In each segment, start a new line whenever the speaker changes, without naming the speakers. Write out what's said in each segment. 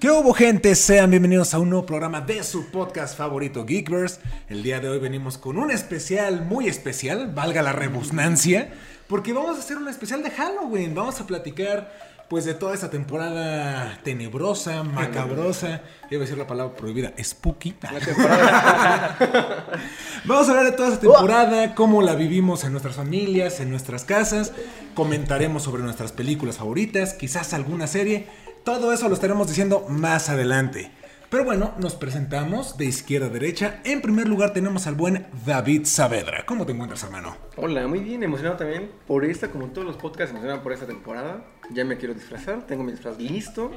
¿Qué hubo gente? Sean bienvenidos a un nuevo programa de su podcast favorito Geekverse. El día de hoy venimos con un especial muy especial, valga la rebusnancia, porque vamos a hacer un especial de Halloween. Vamos a platicar pues de toda esta temporada tenebrosa, macabrosa, iba a decir la palabra prohibida, spooky. Vamos a hablar de toda esta temporada, cómo la vivimos en nuestras familias, en nuestras casas, comentaremos sobre nuestras películas favoritas, quizás alguna serie, todo eso lo estaremos diciendo más adelante. Pero bueno, nos presentamos de izquierda a derecha. En primer lugar tenemos al buen David Saavedra. ¿Cómo te encuentras, hermano?
Hola, muy bien, emocionado también por esta, como todos los podcasts emocionado por esta temporada. Ya me quiero disfrazar, tengo mi disfraz listo.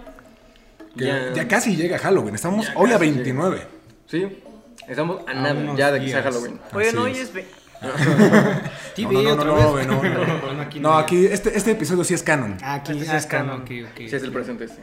Que ya, casi llega Halloween, estamos hoy a
casi
29.
Sí, estamos a nada
unos
ya de que sea
días.
Halloween.
Oye,
Así
no,
es.
oye, es ve-
No, no, no, no, güey, no, no, no.
aquí
No, aquí este, este episodio sí es canon.
Aquí
Este es
ah, está,
canon.
ok, ok.
Sí, es el presente este.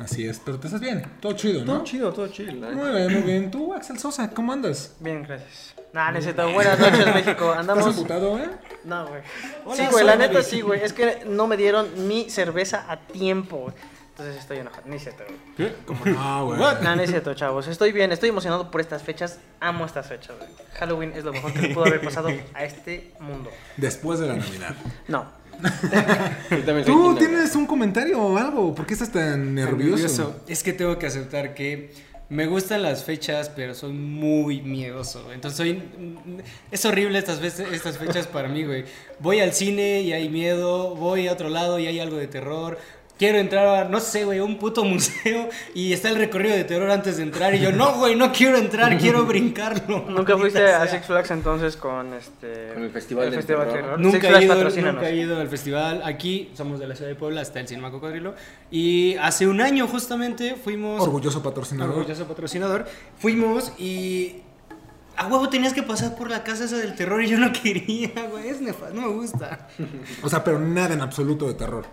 Así es, pero te estás bien. Todo chido, ¿no?
chido, todo chill. la
Muy
neta.
bien, muy bien. Tú, Axel Sosa, ¿cómo andas?
Bien, gracias. Nah, necesito. Buenas noches, México.
¿Estás
Andamos.
amputado, eh?
No, güey.
Hola,
Sí, güey,
soy
la neta
David.
sí, güey. Es que no me dieron mi cerveza a tiempo, güey. Entonces estoy enojado. Ni cierto, güey.
¿Cómo no, güey?
No, no es cierto, chavos. Estoy bien, estoy emocionado por estas fechas. Amo estas fechas, güey. Halloween es lo mejor que le pudo haber pasado a este mundo.
Después de la Navidad.
No.
Yo también soy
¿Tú
Tina.
tienes un comentario o algo? ¿Por qué estás tan
Estoy
nervioso?
Es que tengo que aceptar que me gustan las fechas, pero soy muy miedoso. Entonces soy es horrible estas veces estas fechas para mí, güey. Voy al cine y hay miedo, voy a otro lado y hay algo de terror. Quiero entrar a, no sé, güey, un puto museo y está el recorrido de terror antes de entrar y yo, no, güey, no quiero entrar, quiero brincarlo.
¿Nunca
maldita
fuiste a
sea.
Six Flags entonces con este.
Con el festival del
festival
terror?
terror? Six
Nunca
Flags
he, ido,
patrocínanos.
nunca he ido al festival. Aquí somos de la ciudad de Puebla, hasta el Cinema Cocodrilo. Y hace un año justamente fuimos.
Orgulloso patrocinador.
Orgulloso patrocinador. Fuimos y. A huevo tenías que pasar por la casa esa del terror y yo no quería, güey. Es nefa- no me gusta.
O sea, pero nada en absoluto de terror.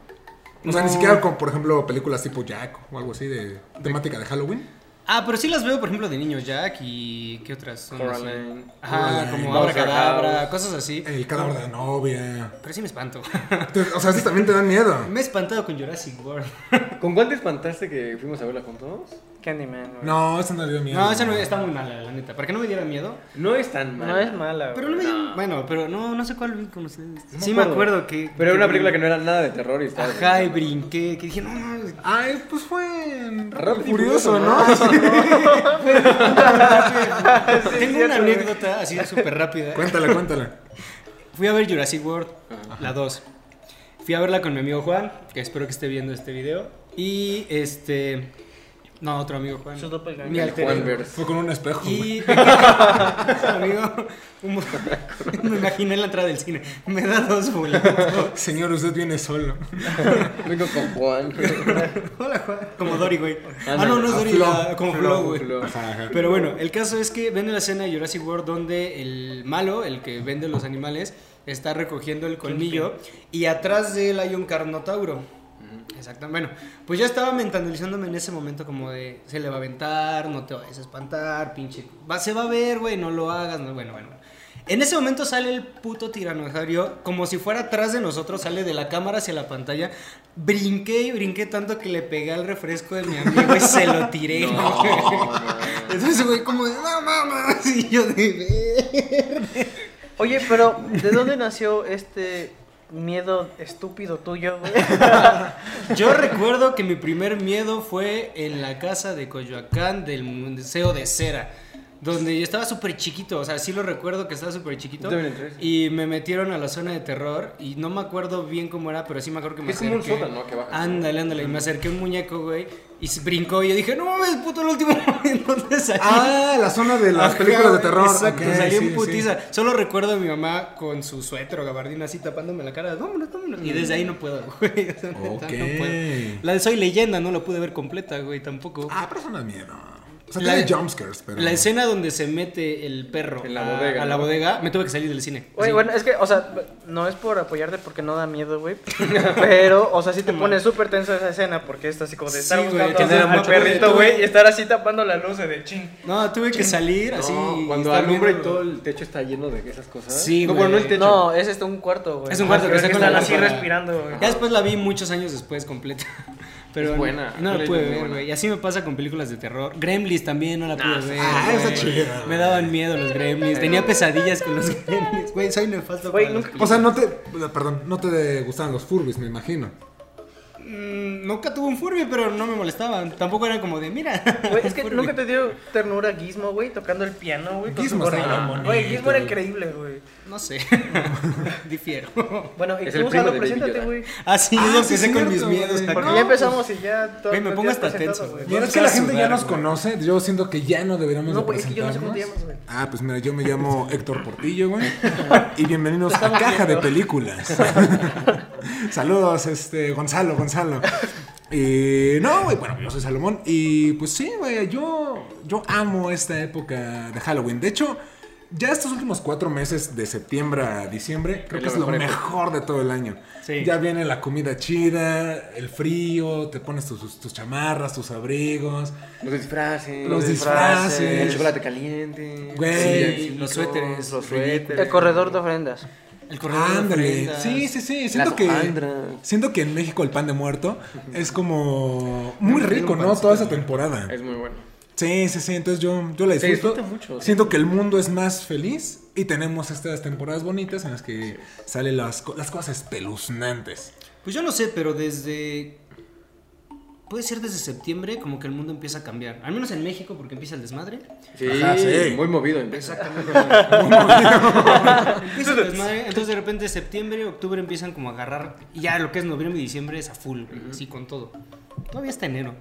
O sea,
No.
ni siquiera con, por ejemplo, películas tipo Jack o algo así de temática de Halloween.
Ah, pero sí las veo, por ejemplo, de niños Jack y. ¿Qué otras son? así?
Coraline.
Ajá,
Coraline.
como
Bowser
Abracadabra,
House.
cosas así.
El cadáver de la novia.
Pero sí me espanto.
Entonces, o sea, esas también te dan miedo.
me he espantado con Jurassic World.
¿Con cuál te espantaste que fuimos a verla juntos?
Candyman, güey.
No, esa no dio miedo.
No, esa no está muy mala, la neta. Para que no me diera miedo,
No es tan mala.
No es mala,
Pero
güey.
no me dio- Bueno, pero no, no sé cuál vi con ustedes.
No
sí me acuerdo que.
Pero era una película que no era nada de terror y estaba.
Ajá, y brinqué. Que dije, no, no. es-
Ay, pues fue en
Rápido
Rápido
y
y Furioso,
Furioso,
¿no?
Tengo una anécdota así súper rápida.
cuéntala, cuéntala.
Fui a ver Jurassic World, la 2. Fui a verla con mi amigo Juan, que espero que esté viendo este video. Y este. No, otro amigo Juan.
Su doppelganger.
Mi
El
alter
Juan
ego.
Verse.
Fue con un espejo. güey.
Y amigo, un- me imaginé la entrada del cine. Me da dos boletos.
Señor, usted viene solo.
Vengo con Juan.
Hola Juan. Como Dory, güey. Ah,
Ándale.
no, no es
Ah,
Dory,
Flo.
la- como Flo, güey.
Flo.
Ajá, ajá.
Pero bueno, el caso es que ven la escena de Jurassic World donde el malo, el que vende los animales, está recogiendo el colmillo y atrás de él hay un carnotauro. Exactamente. Bueno, pues ya estaba mentalizándome en ese momento como de se le va a aventar, no te vayas a espantar, pinche. Va, se va a ver, güey, no lo hagas, no, bueno, bueno. bueno. En ese momento sale el puto tiranosaurio, como si fuera atrás de nosotros, sale de la cámara hacia la pantalla. Brinqué y brinqué tanto que le pegué al refresco de mi amigo y se lo tiré.
No, no.
Entonces, güey, como de, no mames. Y yo de,
Oye, pero ¿de dónde nació este miedo estúpido tuyo, güey?
"Ver". Yo recuerdo que mi primer miedo fue en la casa de Coyoacán del Museo de Cera. Donde yo estaba súper chiquito, o sea, sí lo recuerdo que estaba súper chiquito.
Yo también entré.
Y me metieron a la zona de terror y no me acuerdo bien cómo era, pero sí me acuerdo que me
Es como un
acerqué.
sótano que bajas.
Ándale, ándale, y me acerqué a un muñeco, güey, y se brincó y yo dije, no mames, puto, el último momento de salir.
Ah, la zona de las
Ajá,
películas de
güey,
terror.
Exacto,
Ok,
salí
sí,
en putiza. Solo recuerdo a mi mamá con su suéter o gabardina así tapándome la cara. "Vámonos, vámonos". Y desde ahí no puedo, güey. O sea, neta,
Ok.
no puedo. La de Soy Leyenda no la pude ver completa, güey, tampoco.
Ah, pero eso no es miedo. O sea,
La-
tiene jumpscares, pero.
La escena donde se mete el perro
En la
a-
bodega,
a la
¿no?
bodega, me tuve que salir del cine.
Oye,
Sí.
bueno, es que, o sea, no es por apoyarte porque no da miedo, güey. Pero, o sea, sí te pone súper tenso esa escena porque es así como de estar
Sí, güey,
buscando
tener
al
mucho
perrito,
miedo.
güey, y estar así tapando la luz de ching.
No, tuve que salir así.
No,
y
cuando
estar
alumbra y
viendo-
todo el techo está lleno de esas cosas.
Sí,
no,
güey.
bueno, no el techo.
No, es este un cuarto, güey.
Es un cuarto
que
que está con la
están así
lámpara.
respirando, güey.
Ya después la vi muchos años después completa. Pero
Es buena,
No, la
Blade
pude
es muy
ver,
buena.
güey. Y así me pasa con películas de terror. Gremlins también no la pude
Ah,
ver.
ah,
güey.
esa chida,
Me daban miedo los gremlins. Tenía pesadillas con los gremlins. Güey, soy nefasto.
Güey,
para las
nunca-
O sea, no te. Perdón, no te gustaban los Furbis, me imagino.
Mm, nunca tuve un Furby, pero no me molestaban. Tampoco era como de, mira.
Güey, es que
Furby.
nunca te dio ternura Gizmo, güey, tocando el piano, güey. con su
Gizmo está
gorrito.
bien bonito,
Güey, Gizmo era
güey.
increíble, güey.
No sé. Difiero.
Bueno, y
Es
tú,
el primo
Salo,
de Baby
preséntate,
Yoda.
güey.
Así
Ah,
es lo
sí,
que
es
sé con mis
cierto,
miedos.
güey. Porque
acá.
Porque ya empezamos y ya todo.
pues, Güey, me
todo
pongo
ya
hasta
presentado,
tenso, güey.
Mira, es
Vamos
que
a
la gente ya
sudar,
nos
güey.
conoce. Yo siento que ya no deberíamos
No,
de
güey, es que yo no sé cómo te
presentarnos.
llamas,
Ah, pues mira, yo me llamo Héctor Portillo, güey. Y bienvenidos a Caja de Películas. Saludos, este, Gonzalo, Gonzalo. Y no, güey, bueno, yo soy Salomón. Y pues sí, güey, yo, yo amo esta época de Halloween. De hecho, ya estos últimos cuatro meses, de septiembre a diciembre, creo que
Es la
es lo
mejor época.
mejor de todo el año.
Sí.
Ya viene la comida chida, el frío, te pones tus- tus, tus chamarras, tus abrigos.
Los disfraces.
Los
disfraces,
disfraces.
El chocolate caliente.
Güey.
Sí,
los suéteres,
Los
güey.
suéteres.
El corredor de ofrendas.
El corredor de
Ándale.
ofrendas.
Sí, sí, sí. Siento
Las
que,
hojaldras.
siento que en México el pan de muerto es como muy rico, ¿no? Toda esa temporada.
Es muy bueno.
Sí, sí, sí. Entonces yo, yo la
Se
disfruto.
disfruta mucho.
Siento que el mundo es más feliz y tenemos estas temporadas bonitas en las que salen las, co- las cosas espeluznantes.
Pues yo no sé, pero desde. Puede ser desde septiembre, como que el mundo empieza a cambiar. Al menos en México, porque empieza el desmadre.
Sí,
Ajá, sí.
muy movido. empieza.
Exactamente. empieza el desmadre. Entonces, de repente, septiembre, octubre empiezan como a agarrar. Y ya lo que es noviembre y diciembre es a full, güey, así con todo. Todavía está enero.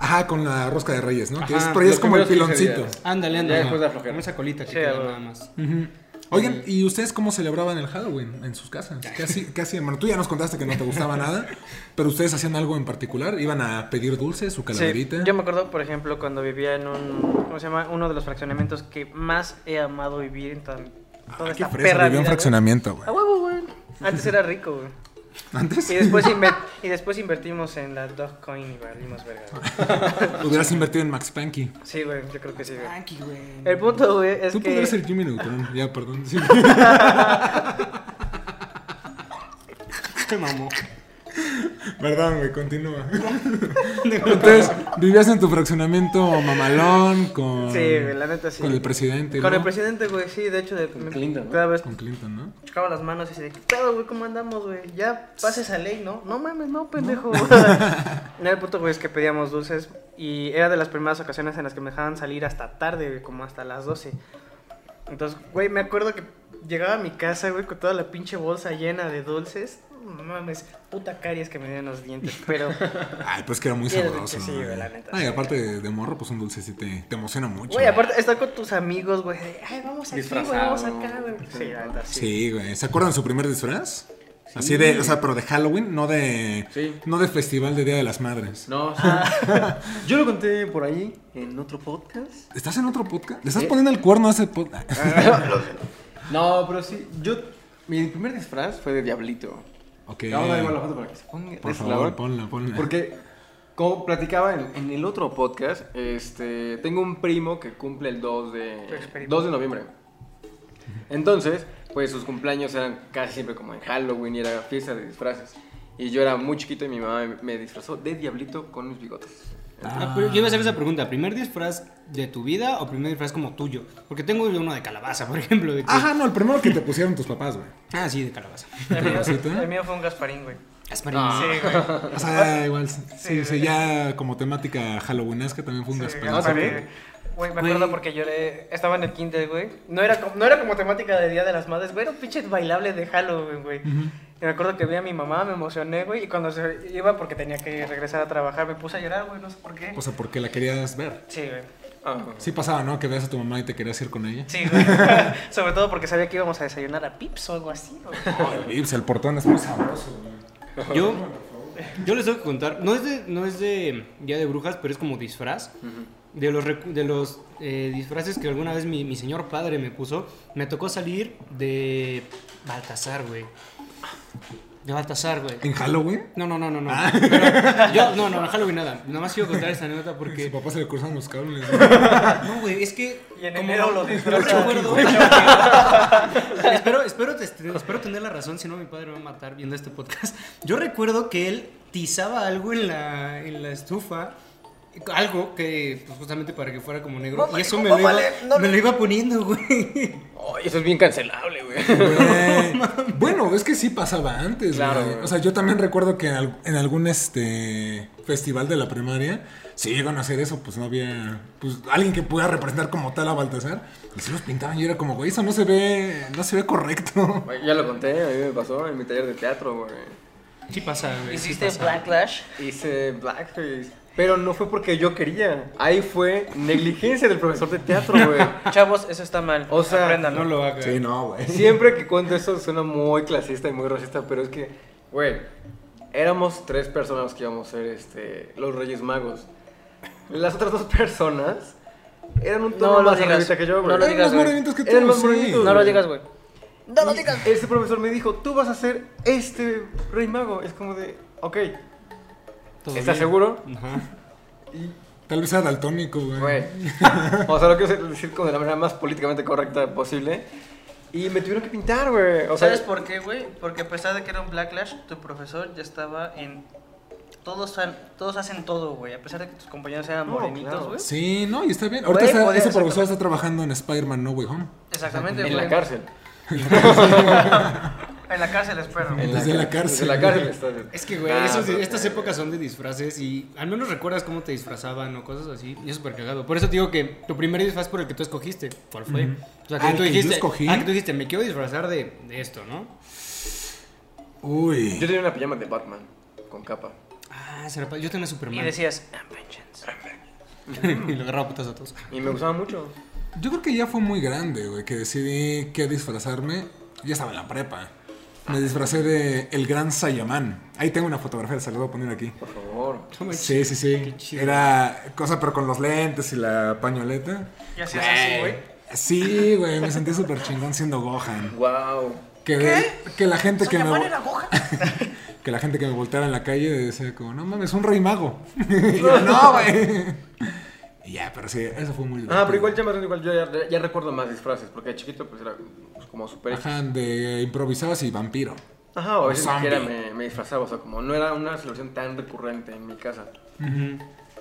Ajá, con la rosca de reyes, ¿no? Que
Ajá,
es, pero ya es
los
como el
primeros 15
piloncito.
días.
Ándale,
Ya
ándale.
después de la flojera.
Con esa colita que
Sí,
queda
a ver.
nada más.
Ujú. Oigan, ¿y ustedes cómo celebraban el Halloween en sus casas? Casi, casi, bueno, tú ya nos contaste que no te gustaba nada, pero ustedes hacían algo en particular, iban a pedir dulces, su
Sí,
calaverita.
yo me acuerdo, por ejemplo, cuando vivía en un. ¿Cómo se llama? Uno de los fraccionamientos que más he amado vivir en tal- toda
Ah, qué
esta
fresa, vivía
perra vida,
un
güey.
fraccionamiento, güey.
A huevo, güey. Antes era rico, güey.
Antes
Y después, inver- y después invertimos en la Dogecoin y valimos verga. güey.
hubieras invertido en Max Panky.
Sí, güey, yo creo que sí, güey.
Tranqui, güey.
El punto, güey, es
Tú
que.
podrías ser Jimmy Neutron, ya, perdón. Sí.
Te mamó.
Perdón, güey, continúa. Entonces, vivías en tu fraccionamiento mamalón con,
Sí, güey, la neta sí.
con el presidente.
Con
¿no?
el presidente, güey, sí, de hecho, de, me-
Clinton, ¿no?
cada vez
Con Clinton, ¿no?
chocaba las manos y decía, ¿qué pedo, güey? ¿Cómo andamos, güey? Ya pase esa ley, ¿no? No mames, no, pendejo. No, el punto, güey, es que pedíamos dulces y era de las primeras ocasiones en las que me dejaban salir hasta tarde, güey, como hasta las 12. Entonces, güey, me acuerdo que llegaba a mi casa, güey, con toda la pinche bolsa llena de dulces. No mames, puta caries que me dieron los dientes, pero...
Ay, pues que era muy
Sí, era
sabroso.
rico, sí,
¿no,
güey,
güey?
la neta,
Ay,
sí.
aparte de, de morro, pues un dulce sí te, te emociona mucho.
Güey, aparte, estar con tus amigos, güey, de, ay, vamos aquí, güey, vamos
Disfrazado.
acá, güey. Sí, la neta, sí.
Sí, güey. ¿Se acuerdan su primer disfraz? Así de, o sea, pero de Halloween, no de.
Sí.
No de festival de Día de las Madres.
No, sí. Yo lo conté por ahí en otro podcast.
¿Estás en otro podcast? ¿Le estás
Eh.
poniendo el cuerno a ese podcast?
No, pero sí. Yo. Mi primer disfraz fue de Diablito.
ok.
Vamos a ver la foto para que se ponga.
Por
Es la
favor,
hora.
ponla, ponla.
Porque, como platicaba en, en el otro podcast, este, tengo un primo que cumple el 2 de,
Experimento.
2 de noviembre. Entonces, pues sus cumpleaños eran casi siempre como en Halloween y era fiesta de disfraces. Y yo era muy chiquito y mi mamá me- me disfrazó de diablito con mis bigotes.
Ah, pero yo iba a hacer esa pregunta. ¿Primer disfraz de tu vida o primer disfraz como tuyo? Porque tengo yo uno de calabaza, por ejemplo. De que-
Ajá, no, el primero que te pusieron tus papás, güey.
Ah, sí, de calabaza.
El mío,
¿Rosita?
el mío fue un Gasparín, güey.
Gasparín.
Sí, güey.
O sea, igual. Sí, sí,
güey.
ya como temática halloweenesca también fue un
Sí,
Gasparín.
Ah,
Gasparín.
también.
Güey, me
Güey.
acuerdo porque lloré. Estaba en el kinder, güey. No era, como, no era como temática de Día de las Madres, güey. Era un pinche bailable de Halloween, güey. Y me acuerdo que vi a mi mamá, me emocioné, güey. Y cuando se iba porque tenía que regresar a trabajar, me puse a llorar, güey. No sé por qué.
Pues
O sea, porque la querías ver.
Sí, güey.
Ah,
Sí pasaba, ¿no? Que veas a tu mamá y te querías ir con ella.
Sí, güey. Sobre todo porque sabía que íbamos a desayunar a Pips o algo así, güey.
Ay, el portón es muy sabroso, güey.
Yo, yo les tengo que contar. No es de, no es de Día de Brujas, pero es como disfraz. De los, recu- de los eh, disfraces que alguna vez mi, mi señor padre me puso, me tocó salir de Baltasar, güey. De Baltasar, güey.
¿En Halloween?
No, no, no, no, no. Pero yo, no, no, no, Halloween nada. Nada más quiero contar esta anécdota
Su
porque.
papá se le cruzan los cables. güey.
No, güey, es que.
Y en enero lo
Yo
disfrazan.
recuerdo. espero, espero, te- espero tener la razón, si no mi padre me va a matar viendo este podcast. Yo recuerdo que él tizaba algo en la, en la estufa. Algo que, pues justamente para que fuera como negro.
Mamá,
y eso me lo,
mamá,
iba,
le- no
me
le-
lo iba poniendo, güey.
Ay, eso es bien cancelable, güey.
Güey. bueno, es que sí pasaba antes,
Claro,
güey.
güey.
O sea, yo también recuerdo que en, al- en algún este festival de la primaria, si llegan a hacer eso, pues no había pues alguien que pudiera representar como tal a Baltasar. Y se los pintaban y era como, güey, eso no se ve, no se ve correcto.
Güey, Ya lo conté, a mí me pasó en mi taller de teatro, güey.
Sí pasa, güey. sí
¿Hiciste
pasa.
Blacklash?
Hice blackface. Pero no fue porque yo quería. Ahí fue negligencia del profesor de teatro, güey.
Chavos, eso está mal.
O sea,
Apréndanlo.
No lo hagas.
Sí, no, güey.
Siempre que cuento esto suena muy clasista y muy racista, pero es que, güey, éramos tres personas que íbamos a ser este, los Reyes Magos. Las otras dos personas eran un tono
No lo
más
digas.
arribita que yo, güey.
No lo
Eran
digas,
más
güey.
morenitos que tú,
Eran más
sí.
morenitos,
No lo
güey.
digas, güey. No lo
Y
digas.
Ese profesor me dijo, tú vas a ser este Rey Mago. Es como de, ok,
¿Todo
¿estás
bien?
seguro?
Ajá.
Y,
Tal vez era daltónico, güey.
güey, o sea, lo quiero decir como de la manera más políticamente correcta posible. Y me tuvieron que pintar, güey. O sea,
¿Sabes por qué, güey? Porque a pesar de que era un Blacklash, tu profesor ya estaba en. Todos, han- todos hacen todo, güey. A pesar de que tus compañeros eran
No,
morenitos,
claro.
güey.
Sí, no, y está bien. Ahorita
Güey,
está-
podía
ese
ser-
profesor está trabajando en Spider-Man No Way Home.
Exactamente,
en la
güey.
cárcel.
En la cárcel, espero.
En
güey.
Desde la cárcel.
Desde la cárcel está.
Es que, güey,
Ah,
esos-
pero-
estas épocas son de disfraces y al menos recuerdas cómo te disfrazaban o cosas así. Y es súper cagado. Por eso te digo que tu primer disfraz por el que tú escogiste, ¿cuál fue? O sea, que
¿Al
tú
que yo
dijiste,
escogí?
ah, que tú dijiste, me quiero disfrazar de, de esto, ¿no?
Yo
Uy.
tenía una pijama de Batman con capa.
Ah, será pa- yo tenía
Y
Superman.
decías, I'm vengeance.
y lo agarraba a putas a todos.
Y me gustaba mucho.
Yo creo que ya fue muy grande, güey, que decidí que disfrazarme. Ya estaba en la prepa. Me disfracé de El Gran Sayamán. Ahí tengo una fotografía, se la voy a poner aquí.
Por favor.
No manches.
Sí, sí, sí.
chido.
Era cosa, pero con los lentes y la pañoleta.
Y hacías así, güey.
Sí, güey, me sentí súper chingón siendo Gohan.
Wow.
Que, que la gente que me
Sayamán
vo-
era Gohan.
que la gente que me volteara en la calle decía como, no mames, un rey mago. Y yo, no, güey. Y ya, pero pues sí, eso fue muy divertido.
Ah, pero igual ya, más- igual yo ya, ya recuerdo más disfraces, porque de chiquito pues era pues, como super X.
Ajá, de improvisabas y vampiro.
Ajá, o a veces ni
Zombie.
siquiera me, me disfrazaba, o sea, como no era una solución tan recurrente en mi casa.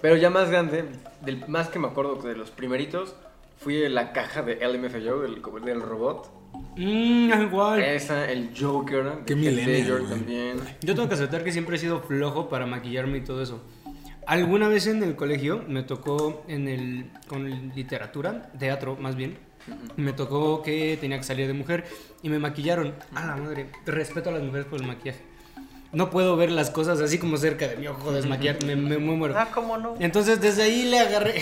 Pero ya más grande, del, más que me acuerdo de los primeritos, fui a la caja de LMFAO, del, del robot.
Mm, ah, igual.
Esa, el Joker,
Qué
de Heath
millennial,
Ledger
güey.
también.
Yo tengo que aceptar que siempre he sido flojo para maquillarme y todo eso. Alguna vez en el colegio me tocó en el con literatura, teatro más bien. Me tocó que tenía que salir de mujer y me maquillaron. A la madre, respeto a las mujeres por el maquillaje. No puedo ver las cosas así como cerca de mi ojo desmaquillar, me, me muero.
Ah, cómo no.
Entonces desde ahí le agarré,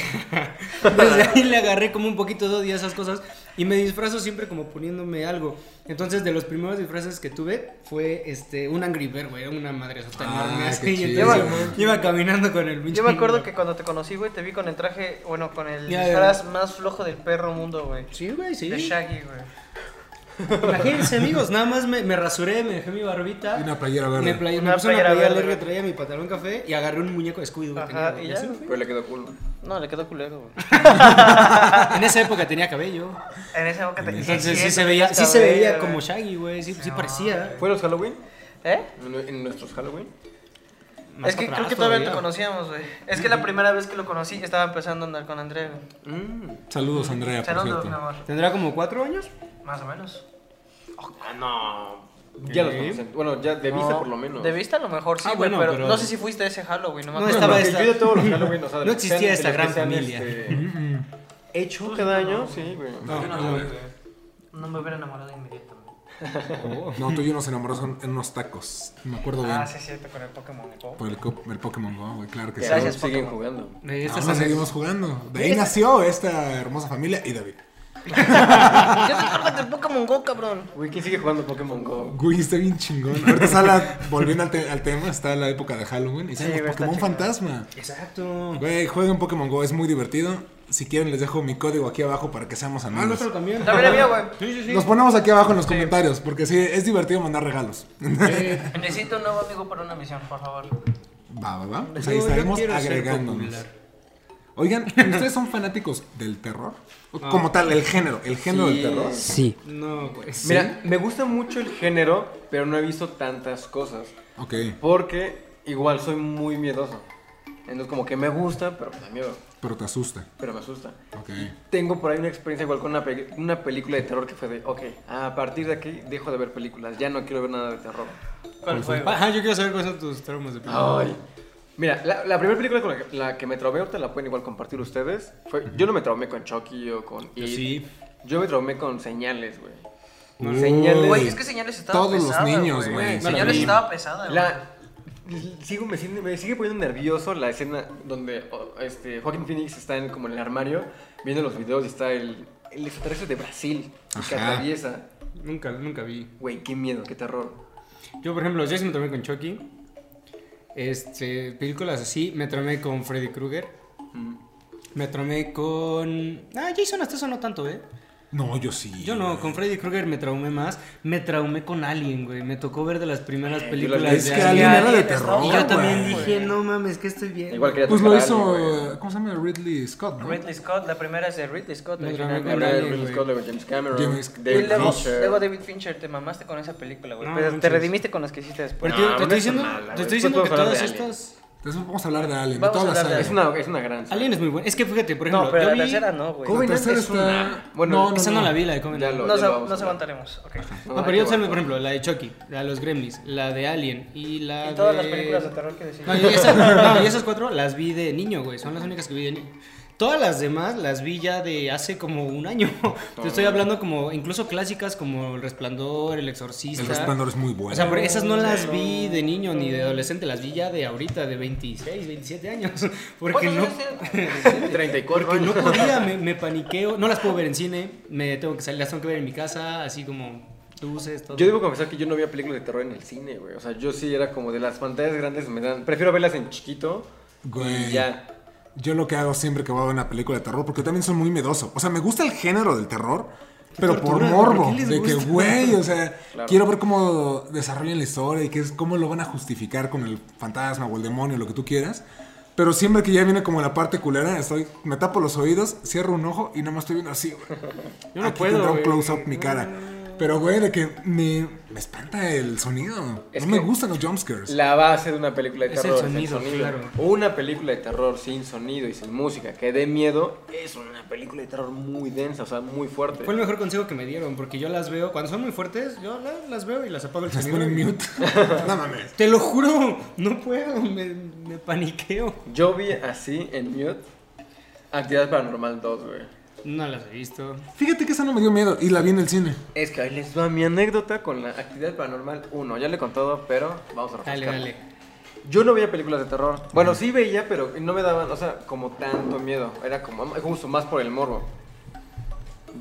desde ahí le agarré como un poquito de odio a esas cosas y me disfrazo siempre como poniéndome algo. Entonces de los primeros disfraces que tuve fue este un Angry Bird, güey, una madre sota
Ah,
enorme
qué
así. Y
chido.
entonces
Lleva-
yo iba caminando con el pinche.
Yo me acuerdo que cuando te conocí, güey, te vi con el traje, bueno, con el
Ya, ya.
disfraz más flojo del perro mundo, güey.
Sí, güey, sí.
De Shaggy, güey.
Imagínense, amigos, nada más me, me rasuré, me dejé mi barbita.
Y una playera verde.
Me, play- me
Una
puse una
playera
playera
verde.
larga, traía mi pantalón café y agarré un muñeco de Scooby-Doo que
Ajá,
tenía, güey,
y
así.
ya. güey.
Pero le quedó cool. güey.
No, le quedó culero, güey.
En esa época tenía cabello.
En esa boca te
Entonces sí
es
se
cierto,
veía,
tenías
sí se
cabello,
veía
güey.
como Shaggy, güey, sí, sí parecía.
¿Fue los Halloween?
¿Eh?
¿En, en nuestros Halloween?
Más
Es que creo
atrás
que todavía te conocíamos, güey. Es que la primera vez que lo conocí estaba empezando a andar con Andrea, güey.
Mm.
Saludos, Andrea, por
Saludos, mi
cierto.
amor.
¿Tendrá como cuatro años?
Más o menos.
Ah, no. Ya los
¿Qué?
conocen. Bueno, ya de vista por lo menos.
De vista a lo mejor sí,
Ah,
güey,
bueno,
pero,
pero-
no sé si fuiste a ese Halloween, no me
No,
acuerdo.
estaba
Porque
esta-
yo de todos los Halloween, o sea, de
No
los que sean-
existía esta
de los que
gran
sean,
familia.
este, Hecho cada año, sí, güey.
No, no,
No me hubiera enamorado inmediatamente.
No, tú y yo nos enamoramos en- en unos tacos. Me acuerdo bien.
Ah, sí, es cierto, con el Pokémon Go.
Por el, co- el Pokémon Go, güey, claro que
Que
sí.
Gracias,
aún siguen
Pokémon.
jugando.
Eh, estas
Ahora
son-
seguimos jugando. De ahí nació esta hermosa familia y David.
Yo te cargo del Pokémon Go, cabrón.
Güey, ¿quién sigue jugando Pokémon Go?
Güey, está bien chingón. Ahorita está la- volviendo al, te- al tema, está la época de Halloween. Y salen
Sí,
los
güey, está
Pokémon
chingón.
fantasma.
Exacto.
Güey, jueguen Pokémon Go, es muy divertido. Si quieren, les dejo mi código aquí abajo para que seamos
Ah, no
amigos.
está también.
También había, güey.
Sí, sí, sí.
Los ponemos aquí abajo en los comentarios, porque sí, es divertido mandar regalos.
Necesito un nuevo amigo para una misión, por favor.
Va, va, va. Pues
Yo-
ahí
yo
estaremos
quiero ser
agregándonos.
popular.
Oigan, ¿ustedes son fanáticos del terror? O
Ah.
Como tal, el género, el género
Sí.
del terror.
Sí.
No, güey.
Mira, me gusta mucho el género, pero no he visto tantas cosas.
Ok.
Porque igual soy muy miedoso. Entonces, como que me gusta, pero me da miedo.
Pero te asusta.
Pero me asusta.
Ok.
Tengo por ahí una experiencia igual con una, peli- una película de terror que fue de, ok, a partir de aquí dejo de ver películas, ya no quiero ver nada de terror.
¿Cuál fue? güey?
Ajá, ah, yo quiero saber cuáles son tus traumas de película.
Ay. Mira, la, la primera película con la que, la que me traumé, ahorita la pueden igual compartir ustedes. Fue, yo no me traumé con Chucky o con
Yo
Ah,
It.
sí.
Yo me traumé con señales, güey. Mm.
Uy.
Señales.
Güey, es que señales estaba
Todos los
pesada,
niños, güey.
Señales
Sí.
estaba pesada, güey.
La, sigo, me, sigue- me sigue poniendo nervioso la escena donde oh, este, Joaquín Phoenix está en, como en el armario viendo los videos y está el, el extraterrestre de Brasil y que
Ajá.
atraviesa.
Nunca, nunca vi.
Güey, qué miedo, qué terror.
Yo, por ejemplo, yo sí me tomé con Chucky. Este, películas así. Me tomé con Freddy Krueger.
Mm.
Me tomé con. Ah, Jason, hasta eso no tanto, ¿eh?
No, yo sí.
Yo no, con Freddy Krueger me traumé más. Me traumé con Alien, güey. Me tocó ver de las primeras
Eh, yo la-
películas
Es
de
que
Alien.
Alien era de
Alien,
terror.
Y yo también
güey.
dije, no mames, que estoy bien.
Eh, Igual quería
Pues
tocar
lo
a alguien,
hizo.
güey.
¿Cómo se llama? Ridley Scott, ¿no?
Ridley Scott, la primera es de Ridley Scott.
No,
original.
no,
La
no,
Y
primera de
Alien,
Ridley
güey.
Scott, luego James Cameron,
James-
David
luego,
Fincher.
luego David Fincher, te mamaste con esa película, güey.
No,
pero te
manches.
redimiste con las que hiciste después.
Pero
No,
te-
no
te,
es
estoy diciendo,
mala, güey.
te estoy
Después
diciendo que
podemos hablar
todas
de Alien.
estas.
Entonces vamos a hablar de Alien. de
Vamos a
toda la
hablar de
saga.
Es una, es una gran. saga.
Alien es muy buena. Es que fíjate, por ejemplo.
No, pero
yo
la
vi-
tercera no, güey.
La
Covenant
tercera
es
está-
una- Bueno,
no, no,
Esa no la vi, la de Covenant.
Ya lo- Ah,
No,
ya
se-
lo vamos
no
a
se
hablar.
aguantaremos. ok.
No, pero yo salgo, por ejemplo, la de Chucky, la de los Gremlins, la de Alien y la
Y todas
de-
las películas de terror que decimos.
No, y esas, no, y esas cuatro las vi de niño, güey. Son las únicas que vi de niño. Todas las demás las vi ya de hace como un año. Te estoy hablando como, incluso clásicas como El Resplandor, El Exorcista.
El resplandor es muy bueno.
O sea, pero esas no las vi de niño ni de adolescente, las vi ya de ahorita, de 26, 27 años. Porque
¿Cuántos
no,
años tienes?
34
porque no
años.
podía, me, me paniqueo. No las puedo ver en cine, me tengo que salir, las tengo que ver en mi casa, así como luces, todo.
Yo debo confesar que yo no veía películas de terror en el cine, güey. O sea, yo sí era como de las pantallas grandes me dan. Prefiero verlas en chiquito.
Güey.
Y ya.
Yo lo que hago siempre que voy a ver una película de terror, porque yo también soy muy miedoso. O sea, me gusta el género del terror, pero por
tortura,
morbo.
¿por qué les
de que,
gusta?
güey, o sea,
Claro.
quiero ver cómo desarrollan la historia y qué es, cómo lo van a justificar con el fantasma o el demonio, lo que tú quieras. Pero siempre que ya viene como la parte culera, estoy, me tapo los oídos, cierro un ojo y nada más estoy viendo así, güey.
Yo no
Aquí
puedo,
tendrá un
güey. Mm.
close-up mi cara. Pero, güey, de que me, me espanta el sonido.
Es
no me
que
gustan los jumpscares.
La base de una película de
Es el
terror
sonido, claro.
Una película de terror sin sonido y sin música que dé miedo es una película de terror muy densa, o sea, muy fuerte.
Fue el mejor consejo que me dieron, porque yo las veo, cuando son muy fuertes, yo la- las, veo y las apago el
Las
sonido.
ponen mute. no mames.
Te lo juro, no puedo, me, me paniqueo.
Yo vi así en mute Actividad Paranormal 2, güey.
No las he visto.
Fíjate que esa no me dio miedo y la vi en el cine.
Es que ahí les va mi anécdota con la Actividad Paranormal 1. Ya le con todo, pero vamos a
Dale,
refrescar.
dale.
Yo no veía películas de terror. Bueno, sí veía, pero no me daban, o sea, como tanto miedo. Era como justo más por el morbo.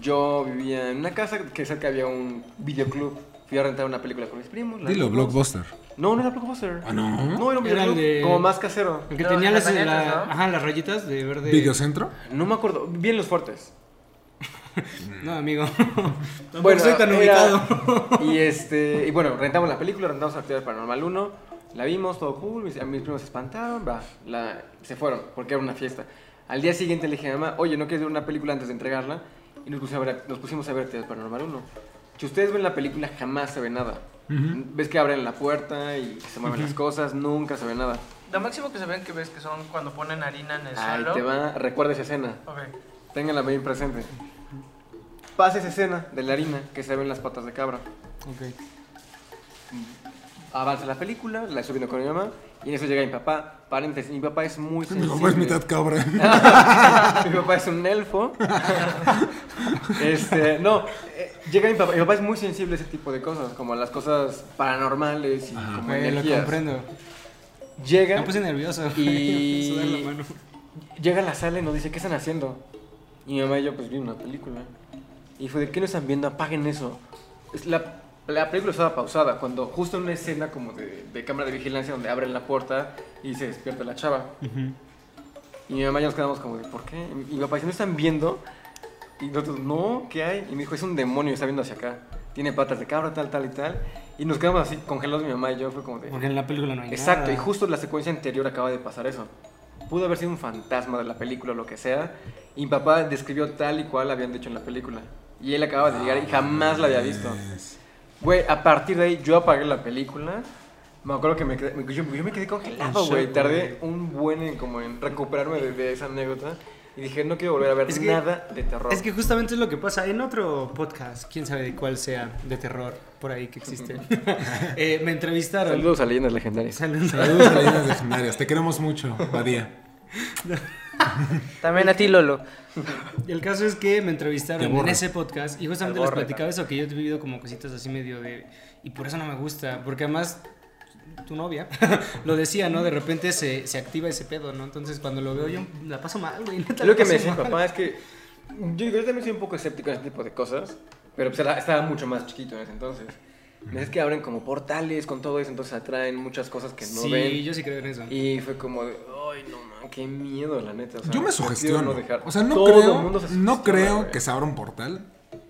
Yo vivía en una casa que cerca había un videoclub. Fui a rentar una película con mis primos. la
Dilo,
vimos.
Blockbuster.
No, no era Blockbuster.
Ah, no.
No, era un
Era el
videoclub
de-
como más casero.
El que
No,
tenía
las
las, la-
rayetas, ¿no?
ajá, las rayitas de verde.
¿Videocentro?
No me acuerdo. Bien los fuertes.
No, amigo. bueno, soy tan
era-
ubicado.
Y este, y bueno, rentamos la película, rentamos Actividad Paranormal 1, la vimos, todo cool, mis, a mis primos se espantaron, va, la, se fueron, porque era una fiesta. Al día siguiente le dije a mi mamá, oye, ¿no quieres ver una película antes de entregarla? Y nos pusimos a ver, nos pusimos a ver Actividad Paranormal 1. Si ustedes ven la película, jamás se ve nada. Ves que abren la puerta y se mueven las cosas, nunca se ve nada.
Lo máximo que se ven que ves que son cuando ponen harina en el
Ahí
suelo.
te va, recuerda esa escena.
Ok.
Ténganla bien presente. Pasa esa escena de la harina que se ven las patas de cabra.
Ok.
Avanza la película, la estoy viendo con mi mamá, y en eso llega mi papá. Paréntesis, mi papá es muy
Mi
sensible.
papá es pues, mitad cabra.
Mi papá es un elfo. Este, no, eh, llega mi papá. Mi papá es muy sensible a ese tipo de cosas, como a las cosas paranormales y como
Güey, lo
energías.
comprendo. pues
Llega,
Me puse nervioso.
Y-
Me puse a dar la mano.
llega a la sala y nos dice, ¿qué están haciendo? Y mi mamá y yo, pues, vi una película. Y fue de, ¿qué no están viendo? Apaguen eso. Es la, la película estaba pausada cuando justo en una escena como de, de cámara de vigilancia donde abren la puerta y se despierta la chava. Y mi mamá y yo nos quedamos como de, ¿por qué? Y mi papá dice, ¿no están viendo? Y nosotros, no, ¿qué hay? Y me dijo, es un demonio, está viendo hacia acá. Tiene patas de cabra, tal, tal y tal. Y nos quedamos así congelados mi mamá y yo. Fue como de...
Porque en la película no hay
Exacto,
nada.
y justo la secuencia anterior acaba de pasar eso. Pudo haber sido un fantasma de la película o lo que sea, y mi papá describió tal y cual habían dicho en la película. Y él acaba de llegar y jamás la había visto. Güey, a partir de ahí yo apagué la película. Me acuerdo que me quedé, me- yo, yo me quedé congelado,
En
güey.
shock,
Tardé un buen en, como en recuperarme de, de esa anécdota. Y dije, no quiero volver a ver
Es que-
nada de terror.
Es que justamente es lo que pasa en otro podcast, quién sabe de cuál sea, de terror, por ahí que existe. Eh, me entrevistaron.
Saludos a leyendas legendarias.
Saludos.
Saludos a leyendas legendarias. Te queremos mucho, Badía.
También a ti, Lolo.
El caso es que me
Te
entrevistaron
borra.
en ese podcast y justamente
Te
les
borra,
platicaba eso, que yo he vivido como cositas así medio de... Y por eso no me gusta, porque además tu novia lo decía, ¿no? De repente se, se activa ese pedo, ¿no? Entonces cuando lo veo yo la paso mal, güey. neta, la
Lo que
paso
me decía mi
mal.
papá es que yo, yo también soy un poco escéptico en este tipo de cosas, pero pues era- estaba mucho más chiquito en ese entonces. Me decía, Es que abren como portales con todo eso, entonces atraen muchas cosas que no
sí,
ven.
yo sí creo en eso.
Y fue como de, ay, no, man, qué miedo, la neta. o sea,
Yo me
prefiero
sugestiono.
no dejar".
O sea, no
Todo
creo,
el mundo se
no
sugestiona,
creo
güey.
que se abra un portal,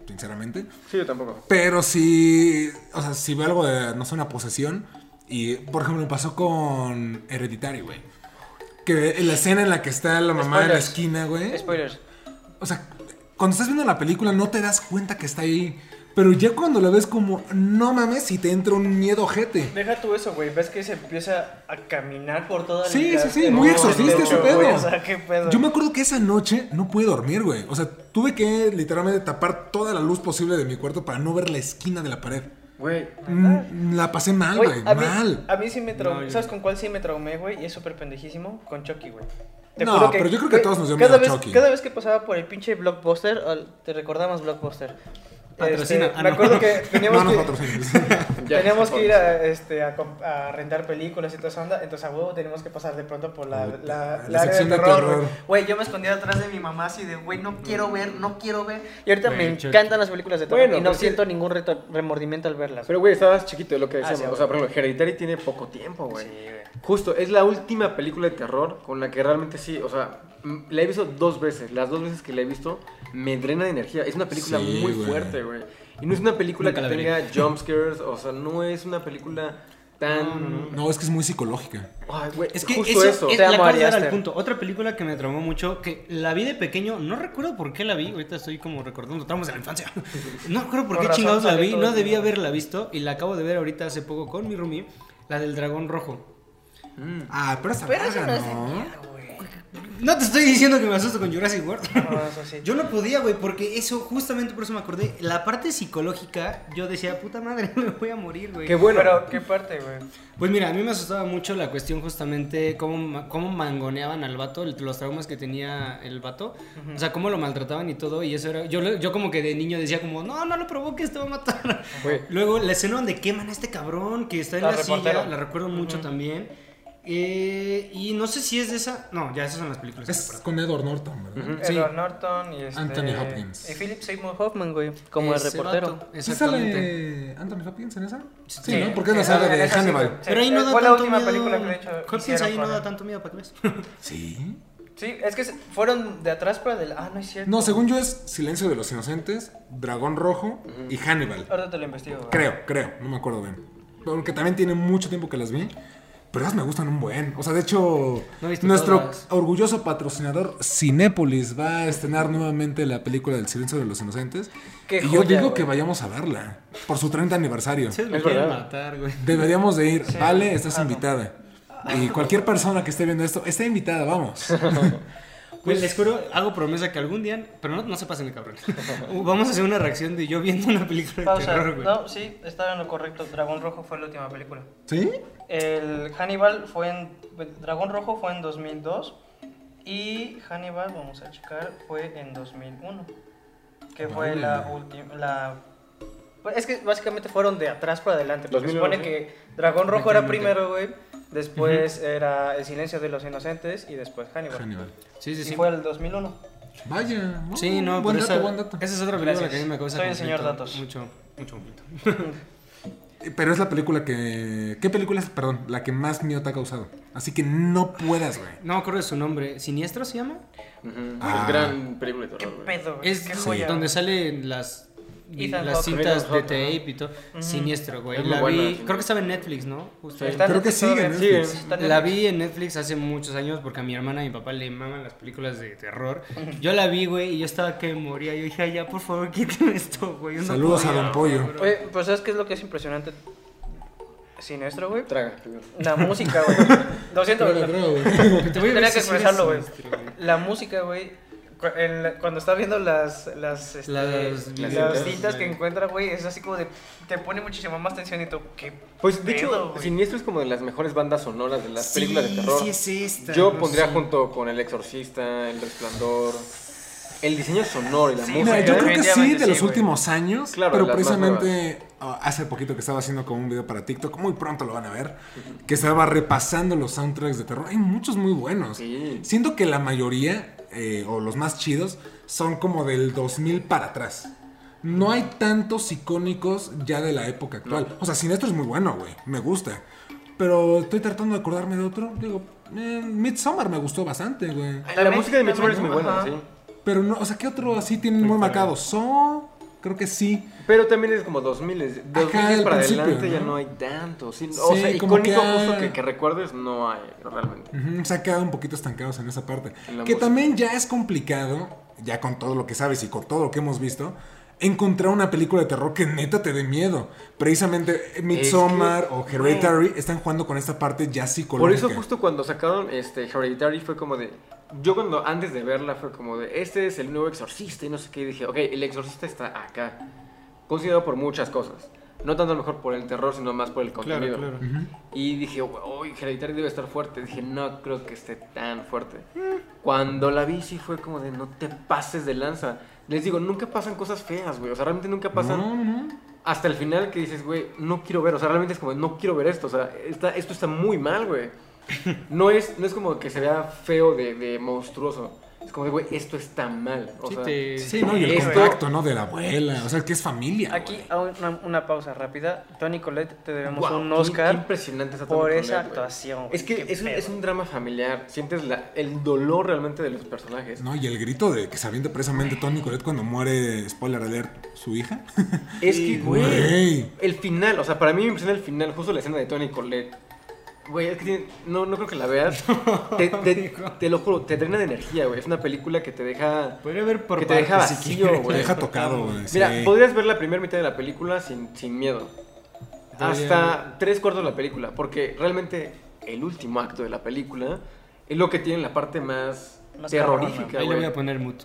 sinceramente.
Sí, yo tampoco.
Pero si, o sea, si veo algo de, no sé, una posesión. Y, por ejemplo, me pasó con Hereditary, güey. Que en la escena en la que está la mamá en la
Spoilers.
esquina, güey.
Spoilers.
O sea, cuando estás viendo la película no te das cuenta que está ahí. Pero ya cuando la ves como, no mames, si te entra un miedo ojete.
Deja tú eso, güey. Ves que se empieza a caminar por toda la
Sí, sí, sí,
casa,
muy
¿no?
exorcista
De
ese
hecho, güey,
pedo.
O sea, qué pedo.
Yo me acuerdo que esa noche no pude dormir, güey. O sea, tuve que literalmente tapar toda la luz posible de mi cuarto para no ver la esquina de la pared.
Güey,
Mm, La pasé mal,
Güey,
güey.
a mí-
Mal.
A mí sí me traumé.
No, yo-
¿Sabes con cuál sí me traumé, güey? Y es súper pendejísimo. Con Chucky, güey.
No,
juro
pero yo creo que a
güey,
todos nos dio
cada
miedo
vez,
Chucky.
Cada vez que pasaba por el pinche blockbuster, al- te recordamos blockbuster.
Patrocina.
Este,
Ah,
me
no.
acuerdo que teníamos
No nos
que.
patrocines.
ya,
teníamos
por
que ir a, este, a, comp- a rentar películas y toda esa onda, entonces a huevo teníamos que pasar de pronto por la, la,
La
la área
sección
de
de
terror.
terror. Mm.
güey. Güey, yo me escondía detrás de mi mamá así de, güey, no quiero ver, no quiero ver.
Y ahorita
Güey,
me
Chucky.
encantan las películas de terror
Bueno,
y no
pues,
siento ningún reto- remordimiento al verlas.
Pero, güey, estabas chiquito, es lo que
Ah,
decíamos.
sí,
o sea, por ejemplo, Hereditary tiene poco tiempo, güey.
Sí, güey.
Justo, es la última película de terror con la que realmente sí, o sea, m- la he visto dos veces. Las dos veces que la he visto me drena de energía. Es una película
Sí,
muy
güey.
fuerte, güey. Y no es una película
Nunca
que
la veré.
tenga jumpscares, o sea, no es una película tan...
No, es que es muy psicológica.
Ay, güey,
Es que
justo eso.
eso, es
Te
la
amo,
acabas
Ari
de dar al
Aster.
punto. Otra película que me traumó mucho, que la vi de pequeño, no recuerdo por qué la vi, ahorita estoy como recordando traumas de la infancia. No recuerdo por
Con
qué
razón
chingados la
sale
vi,
todo
no
el
debía
mundo.
haberla visto y la acabo de ver ahorita hace poco con mi roomie, la del dragón rojo.
Mm.
Ah, pero esa
Pero eso
verga,
no es de
¿no?
miedo, güey.
No te estoy diciendo que me asusto con Jurassic World.
No, eso sí.
Yo no podía, güey, porque eso, justamente por eso me acordé, la parte psicológica, yo decía, puta madre, me voy a morir, güey.
Qué bueno.
Pero, ¿qué parte, güey?
Pues mira, a mí me asustaba mucho la cuestión justamente cómo, ma- cómo mangoneaban al vato, el- los traumas que tenía el vato, o sea, cómo lo maltrataban y todo, y eso era, yo, lo- yo como que de niño decía como, no, no lo provoques, te va a matar.
Güey.
Luego la escena donde queman a este cabrón que está en
Al
la silla,
reportero.
la recuerdo mucho también. Eh, y no sé si es de esa, no, ya esas son las películas. que me
Es
acuerdo.
con Edward Norton, ¿verdad?
Sí.
Edward Norton y este...
Anthony Hopkins.
Y Philip Seymour
Hoffman, güey, como el
Ese
reportero.
vato,
¿Sí
Exactamente.
sale Anthony Hopkins en esa? Sí,
Sí,
¿no? Porque es la
sí,
saga
en
de
esa sí,
Hannibal.
güey.
Pero ahí no
Eh,
da
fue la
tanto
última
miedo.
película que de hecho
Hopkins
hicieron
ahí no
con
da
él.
tanto miedo para que veas.
Sí.
Sí, es que se- fueron de atrás para del... Ah, no es cierto.
No, según yo es Silencio de los Inocentes, Dragón Rojo y Hannibal.
Ahora te lo investigo, güey.
Creo, creo, no me acuerdo bien. Porque también tiene mucho tiempo que las vi. Pero esas me gustan un buen. O sea, de hecho,
No he visto
nuestro
todas.
orgulloso patrocinador Cinépolis va a estrenar nuevamente la película del Silencio de los Inocentes.
Qué
y yo
joya,
digo
güey.
que vayamos a verla por su 30 aniversario.
Ustedes me
Es
quieren
verdad.
matar, güey.
Deberíamos de ir. Vale, estás invitada. Y cualquier persona que esté viendo esto, está invitada, vamos.
Güey,
Pues,
les juro, hago promesa que algún día, pero no, no se pasen de cabrón. Vamos a hacer una reacción de yo viendo una película de
Pausa.
terror, güey.
No, sí, estaba en lo correcto. Dragón Rojo fue la última película.
¿Sí?
El Hannibal fue en. Dragón Rojo fue en 2002. Y Hannibal, vamos a checar, fue en 2001. Que fue
Vale.
la última. La... pues es que básicamente fueron de atrás para adelante. Porque
2001,
supone que Dragón Rojo era
Prácticamente.
primero, güey. Después era El Silencio de los Inocentes. Y después Hannibal.
Hannibal.
Sí, sí,
Y
sí.
fue el 2001.
Vaya. bueno,
Sí, no,
Buen
pero
dato,
esa,
buen dato.
esa es otra película
Gracias.
que a mí me causa
Soy el señor
conflicto,
datos.
Mucho, mucho conflicto.
Pero es la película que. ¿Qué película es, perdón, la que más miedo te ha causado? Así que no puedas, güey.
No me acuerdo de su nombre. ¿Siniestro se llama?
Ujú.
Ah.
Es gran película de
Qué
terror, güey.
pedo, güey.
Es
qué joya.
donde salen las,
Ethan
las
Hawke.
cintas
Ethan
de
Hawke,
tape y todo. Siniestro, güey.
Es muy
La
buena,
vi,
sí.
creo que estaba en Netflix, ¿no? Justo ahí.
Está en
Creo que
Netflix
sigue,
todavía.
¿no?
Sigue.
Netflix.
Está en
Pues, La
Netflix.
vi en Netflix hace muchos años porque a mi hermana y mi papá le maman las películas de terror. Yo la vi, güey, y yo estaba que moría. Yo dije, "Ay, ya, por favor, quítame esto, güey. yo no
Saludos
puedo".
a Don Pollo.
Bro.
Oye, pues ¿sabes qué es lo que es impresionante? Siniestro, güey.
Traga, primero.
La música, güey. Lo siento, güey.
Te voy
Tenía que
a ver si sí eres
expresarlo, güey.
siniestro, güey.
este,
La música, güey. cu- el- Cuando estás viendo las las, este,
Las
las
videos,
cintas que
güey.
encuentra, güey, es así como de te pone muchísima más tensión y tú qué
Pues de
pedo,
hecho,
güey?
Siniestro es como de las mejores bandas sonoras de las
Sí,
películas de terror.
sí es esta,
Yo
no
pondría
sé.
junto con El Exorcista, El Resplandor, el diseño sonoro y la
Sí,
música.
Mira, yo creo que sí,
Definitivamente
de los
sí, güey.
últimos años.
Claro,
pero
las más
precisamente ah, hace poquito que estaba haciendo como un video para TikTok, muy pronto lo van a ver, que estaba repasando los soundtracks de terror. Hay muchos muy buenos.
Sí.
Siento que la mayoría, eh, o los más chidos, son como del 2000 para atrás. No hay tantos icónicos ya de la época actual. O sea, Sinestro es muy bueno, güey. Me gusta. Pero estoy tratando de acordarme de otro. Digo, eh, Midsommar me gustó bastante, güey.
La
También-
música de Midsommar es muy
también,
buena,
ajá.
sí.
Pero no, o sea, ¿qué otro así tienen muy marcado? So, creo que sí.
Pero también es como 2000,
Ajá,
2000
al
para
principio,
adelante ya
¿no?
no hay tanto. Sí, o
Sí,
sea,
como
icónico
que ha-
justo que, que recuerdes no hay realmente.
Ujú, se ha quedado un poquito estancados en esa parte.
En la
que
música.
también ya es complicado, ya con todo lo que sabes y con todo lo que hemos visto, encontrar una película de terror que neta te dé miedo. Precisamente eh, Midsommar o Hereditary están jugando con esta parte ya
Por
psicológica.
eso justo cuando sacaron este Hereditary fue como de yo cuando antes de verla fue como de este es el nuevo exorcista y no sé qué y dije, ok, el exorcista está acá. Considerado por muchas cosas. No tanto a lo mejor por el terror, sino más por el contenido.
claro.
Y dije, uy, Hereditary debe estar fuerte. Dije, no creo que esté tan fuerte. Cuando la vi, sí fue como de, no te pases de lanza. Les digo, nunca pasan cosas feas, güey. O sea, realmente nunca pasan
No, no.
hasta el final que dices, güey, no quiero ver, o sea, realmente es como, no quiero ver esto, o sea, está- esto está muy mal, güey. No es, no es como que se vea feo de, de monstruoso, es como, de, güey, esto está mal, o
Sí,
sea,
te-
Sí, no, y el
Esto-
contacto, ¿no? De la abuela. O sea, que es familia.
Aquí
güey.
hago una, una pausa rápida. Tony Colette te debemos
guau,
un
qué- qué
Oscar
impresionante está
por
Tony
esa
Collette, güey.
actuación.
Es que
qué
es un,
pedo.
es un drama familiar, sientes la- el dolor realmente de los personajes.
No, y el grito de que se avienta precisamente Tony Colette cuando muere, spoiler alert, su hija.
Es que, güey,
Güey.
el final, o sea, para mí me impresiona el final, justo la escena de Tony Colette. Güey, es que tiene- no, no creo que la veas. te, te- te lo juro, te drena de energía, güey. Es una película que te deja.
Podría ver por
que te deja
partes, si
vacío,
quieres.
Te
güey.
deja tocado, güey.
Mira,
sí.
podrías ver la primera mitad de la película sin, sin miedo.
Podría-
Hasta tres cuartos de la película, porque realmente el último acto de la película es lo que tiene la parte más,
Más
terrorífica,
Ahí le voy
güey.
a poner mute.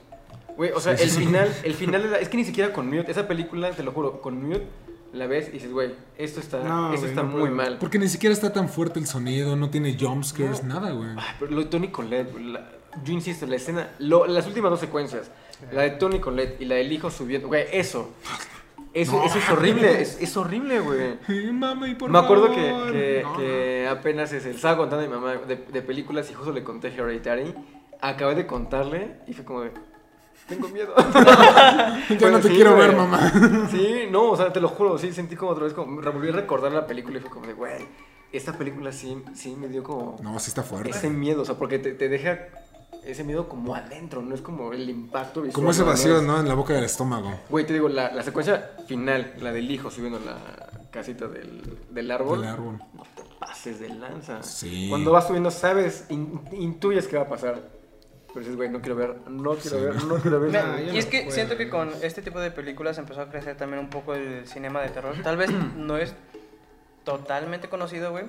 Güey, o sea, el final, el final de la- es que ni siquiera con Mute, esa película, te lo juro, con Mute la ves y dices, güey, esto está,
No,
esto
güey,
está
no
muy
puedo.
mal.
Porque ni siquiera está tan fuerte el sonido, no tiene jumpscares, nada, güey.
Ay, pero lo de Tony Colette, güey, la- yo insisto, la escena, lo- las últimas dos secuencias, la de Tony Colette y la del hijo subiendo, güey, eso, eso,
No.
eso es horrible, es, es horrible, güey.
Eh, mami, por
Me acuerdo que,
favor.
que-
No,
que apenas es- estaba contando a mi mamá de, de películas y justo le conté Hereditary. Acabé de contarle y fue como de. Tengo miedo.
no. Ya
Bueno,
no te
sí,
quiero
güey.
ver, mamá.
Sí, no, o sea, te lo juro, sí, sentí como otra vez, como, me volví a recordar la película y fue como de, güey, esta película sí, sí me dio como
No, sí está fuerte.
ese miedo, o sea, porque te, te deja ese miedo como adentro, no es como el impacto visual.
Como ese
nada
vacío,
más.
¿no? En la boca del estómago.
Güey, te digo, la, la secuencia final, la del hijo subiendo la casita del, del árbol.
Del árbol.
No te pases de lanza.
Sí.
Cuando vas subiendo, sabes, in- intuyes qué va a pasar. Pero dices, güey, no quiero ver, no quiero
Sí,
ver,
¿no?
no quiero ver.
Mira,
Pues No, yo
y es
no
que
puedo,
siento que
güey.
con este tipo de películas empezó a crecer también un poco el cinema de terror. Tal vez no es totalmente conocido, güey.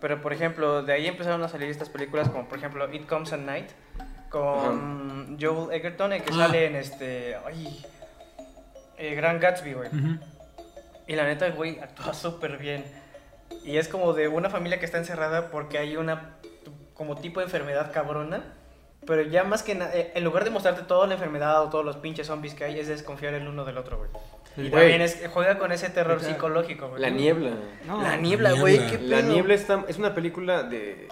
Pero por ejemplo, de ahí empezaron a salir estas películas como por ejemplo It Comes at Night con Joel Egerton, el que
Ah.
sale en este... Ay, eh, Gran Gatsby, güey. Y la neta, güey, actúa súper bien. Y es como de una familia que está encerrada porque hay una t- como tipo de enfermedad cabrona. Pero ya más que nada, en lugar de mostrarte toda la enfermedad o todos los pinches zombies que hay, es desconfiar el uno del otro, güey.
Güey.
Y también es, juega con ese terror
Neta.
psicológico, güey.
La niebla.
No,
La niebla, güey.
niebla.
qué
La
pedo.
niebla está, es una película de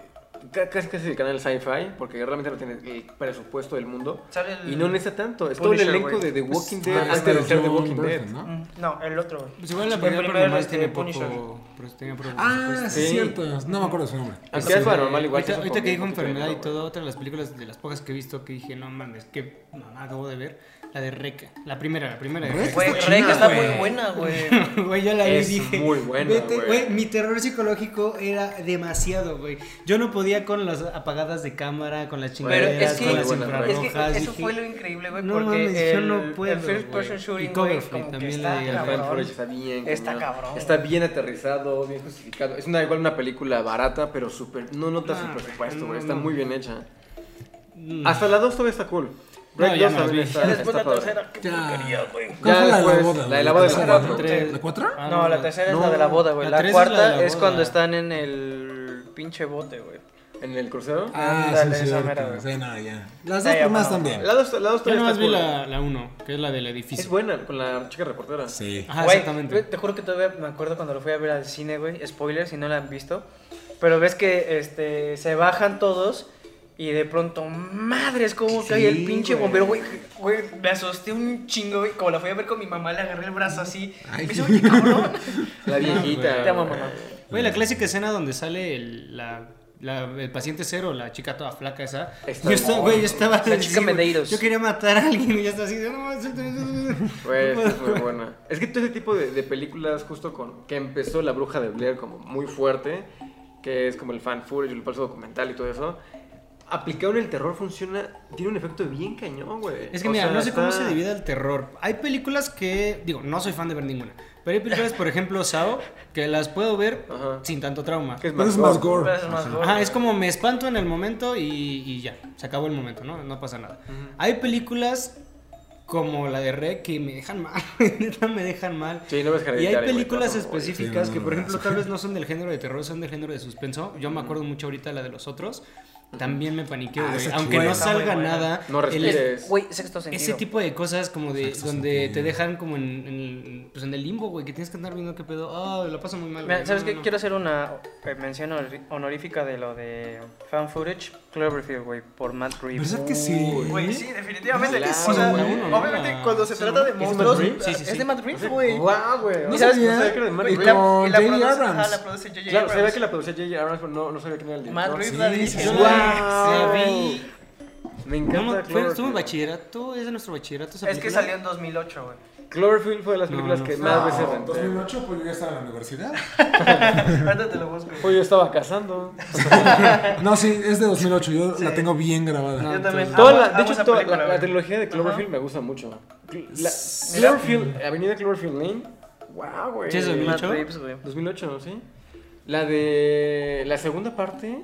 ca- casi casi el canal sci-fi, porque realmente no tiene el presupuesto del mundo.
Sale el-
Y no necesita tanto. Es todo
Punisher,
el elenco
güey.
de The Walking
Ah,
Dead antes
este
de
es
ser The
John
Walking Dead.
Burton, ¿no?
Mm, No, el otro, güey.
Pues igual la
Fue el
primera, pero
primer,
nomás
este,
tiene
Punisher.
poco. pues, tenía poco
Ah,
presupuesto.
sí, cierto. No me acuerdo su nombre.
Aunque es paranormal igual.
Este, Ahorita,
se
ahorita que dijo
supone,
enfermedad y
güey.
todo, otra de las películas de las pocas que he visto que dije, no mames, qué mamá acabo de ver, la de Reca, la primera, la primera de
Rec
Rec.
Güey,
Está
Rey,
chida,
que está
güey.
muy buena, güey.
Güey, yo la vi y
Es
dije.
muy buena,
vete,
güey.
güey. Mi terror psicológico era demasiado, güey. Yo no podía con las apagadas de cámara, con las
Pero
chingaderas,
es que,
con
Muy
las
buena,
es que
infrarrojas.
eso
dije,
fue lo increíble, güey,
no
porque
mames, yo
el,
no puedo,
el first
güey.
person
Y
shooting, güey,
Coverfield
como que
también
está
la de
El Alfred
cabrón.
Forge está bien.
Está
cañón.
cabrón.
Está bien aterrizado, bien justificado. Es una, igual una película barata, pero súper. No notas
Ah,
el
güey,
presupuesto, güey.
no,
Está
no.
muy bien hecha.
mm,
Hasta la 2 todavía está cool. Break
ya
2
no,
también
sí.
está,
Ya después
está
la
padre.
tercera, qué
Ya.
porquería, güey.
¿Cuál fue la de la
después,
boda?
la de la
güey?
boda es
¿Cuál
la
fue
cuatro.
¿La cuatro?
ah,
No, la tercera es la de la boda, güey. La,
tres es la de
cuarta es,
la boda.
cuando están en el pinche bote, güey.
¿En el crucero?
Ah,
Dale,
sí,
esa
cierto.
mera, güey.
Sí, no, ya. Las
Está
dos
ya,
primeras
bueno.
también.
La 2 la dos
Yo
todavía
nomás
está
vi
cool.
la, la uno, que es la del edificio.
Es buena, con la chica reportera.
Sí.
Ajá,
Güey,
exactamente.
Te juro que todavía me acuerdo cuando lo fui a ver al cine, güey. Spoiler, si no la han visto. Pero ves que este, se bajan todos y de pronto, madres, cómo
Sí,
cae el pinche
güey.
bombero, güey. Güey, me asusté un chingo, güey. Como la fui a ver con mi mamá, le agarré el brazo así.
Ay.
me dice, oye, cabrón.
La viejita.
Te amo,
güey.
mamá.
Güey, la clásica escena donde sale el, la, la- el paciente cero, la chica toda flaca esa.
Está
yo, estaba,
muy
güey, yo estaba
La chica
güey,
Medeiros.
Yo quería matar a alguien y ya está así. de, No, suéltame, suéltame".
Güey, esta es muy buena. Es que todo ese tipo de, de películas, justo con que empezó La Bruja de Blair como muy fuerte, que es como el fan footage, el falso documental y todo eso, aplicado en el terror funciona, tiene un efecto bien cañón, güey.
Es que
O
mira,
sea,
no sé cómo
está-
se divide el terror. Hay películas que, digo, no soy fan de ver ninguna. Pero hay películas, por ejemplo, Sao, que las puedo ver
Ajá.
sin tanto trauma.
Que es
Pero
más,
es más gore.
Pero es más gordo.
Ajá, Ah, es como me espanto en el momento y, y ya, se acabó el momento, ¿no? No pasa nada. Hay películas como la de Rec que me dejan mal, neta me dejan mal.
Sí, no ves
Y hay
Hereditary, güey,
películas
te vas a morir.
específicas
Sí, no,
que,
no,
por
no,
ejemplo,
no.
tal vez no son del género de terror, son del género de suspenso. Yo me acuerdo mucho ahorita la de los otros. También me paniqueo,
Ah,
güey.
esa
Aunque
chida.
no
Está
muy
salga
buena.
nada.
No
el-
respires.
Güey, sexto sentido.
ese tipo de cosas como de
Sexto
donde
sentido.
te dejan como en, en- pues en el limbo, güey, que tienes que andar viendo qué pedo. Ah, la paso muy mal.
Mira,
güey.
¿Sabes
No,
qué?
no, no.
Quiero hacer una eh, mención honor- honorífica de lo de fan footage Cloverfield, güey, por Matt Reeves.
¿Verdad que sí?
Güey, sí, definitivamente.
Claro,
o sea,
güey. Ah, No, no,
obviamente
no.
cuando se
Sí,
trata
¿no?
de
¿Es de
monstruos,
Matt Reeves? Sí, sí,
es
sí.
de Matt Reeves, güey.
¡Guau, güey!
No
¿Y sabes-
sabía.
no sabía que era de Matt
Güey,
Y
y
Reeves.
la-
con
y la
J.J.
produce-
Abrams.
ajá, la produce J.J.
Claro, sabía
Abrams.
que la producía J.J. Abrams, pero no, no sabía quién era el
Matt
director.
Reeves
sí,
la
sí,
dirige,
sí.
güey.
La vi.
Me
Vamos,
encanta
fue-
Cloverfield.
estuvo en bachillerato, es de nuestro bachillerato. esa
Es que
película.
salió en 2008, güey.
Cloverfield fue de las películas
No, no.
que más veces
En
renté. güey.
2008, pues yo ya estaba en la universidad.
Ahorita te lo busco.
Pues yo estaba cazando.
No, sí, es de 2008. Yo la
Sí.
tengo bien grabada.
Yo también.
Toda
amo-
la- de
amo
hecho,
esa
toda
Ah, película,
la, la
güey.
trilogía de Cloverfield me gusta mucho. Cl- La,
Sí.
Cloverfield, Avenida Cloverfield Lane. Wow, güey.
Sí, es 2008.
Matt Reeves, güey.
2008, ¿no? ¿sí? La de la segunda parte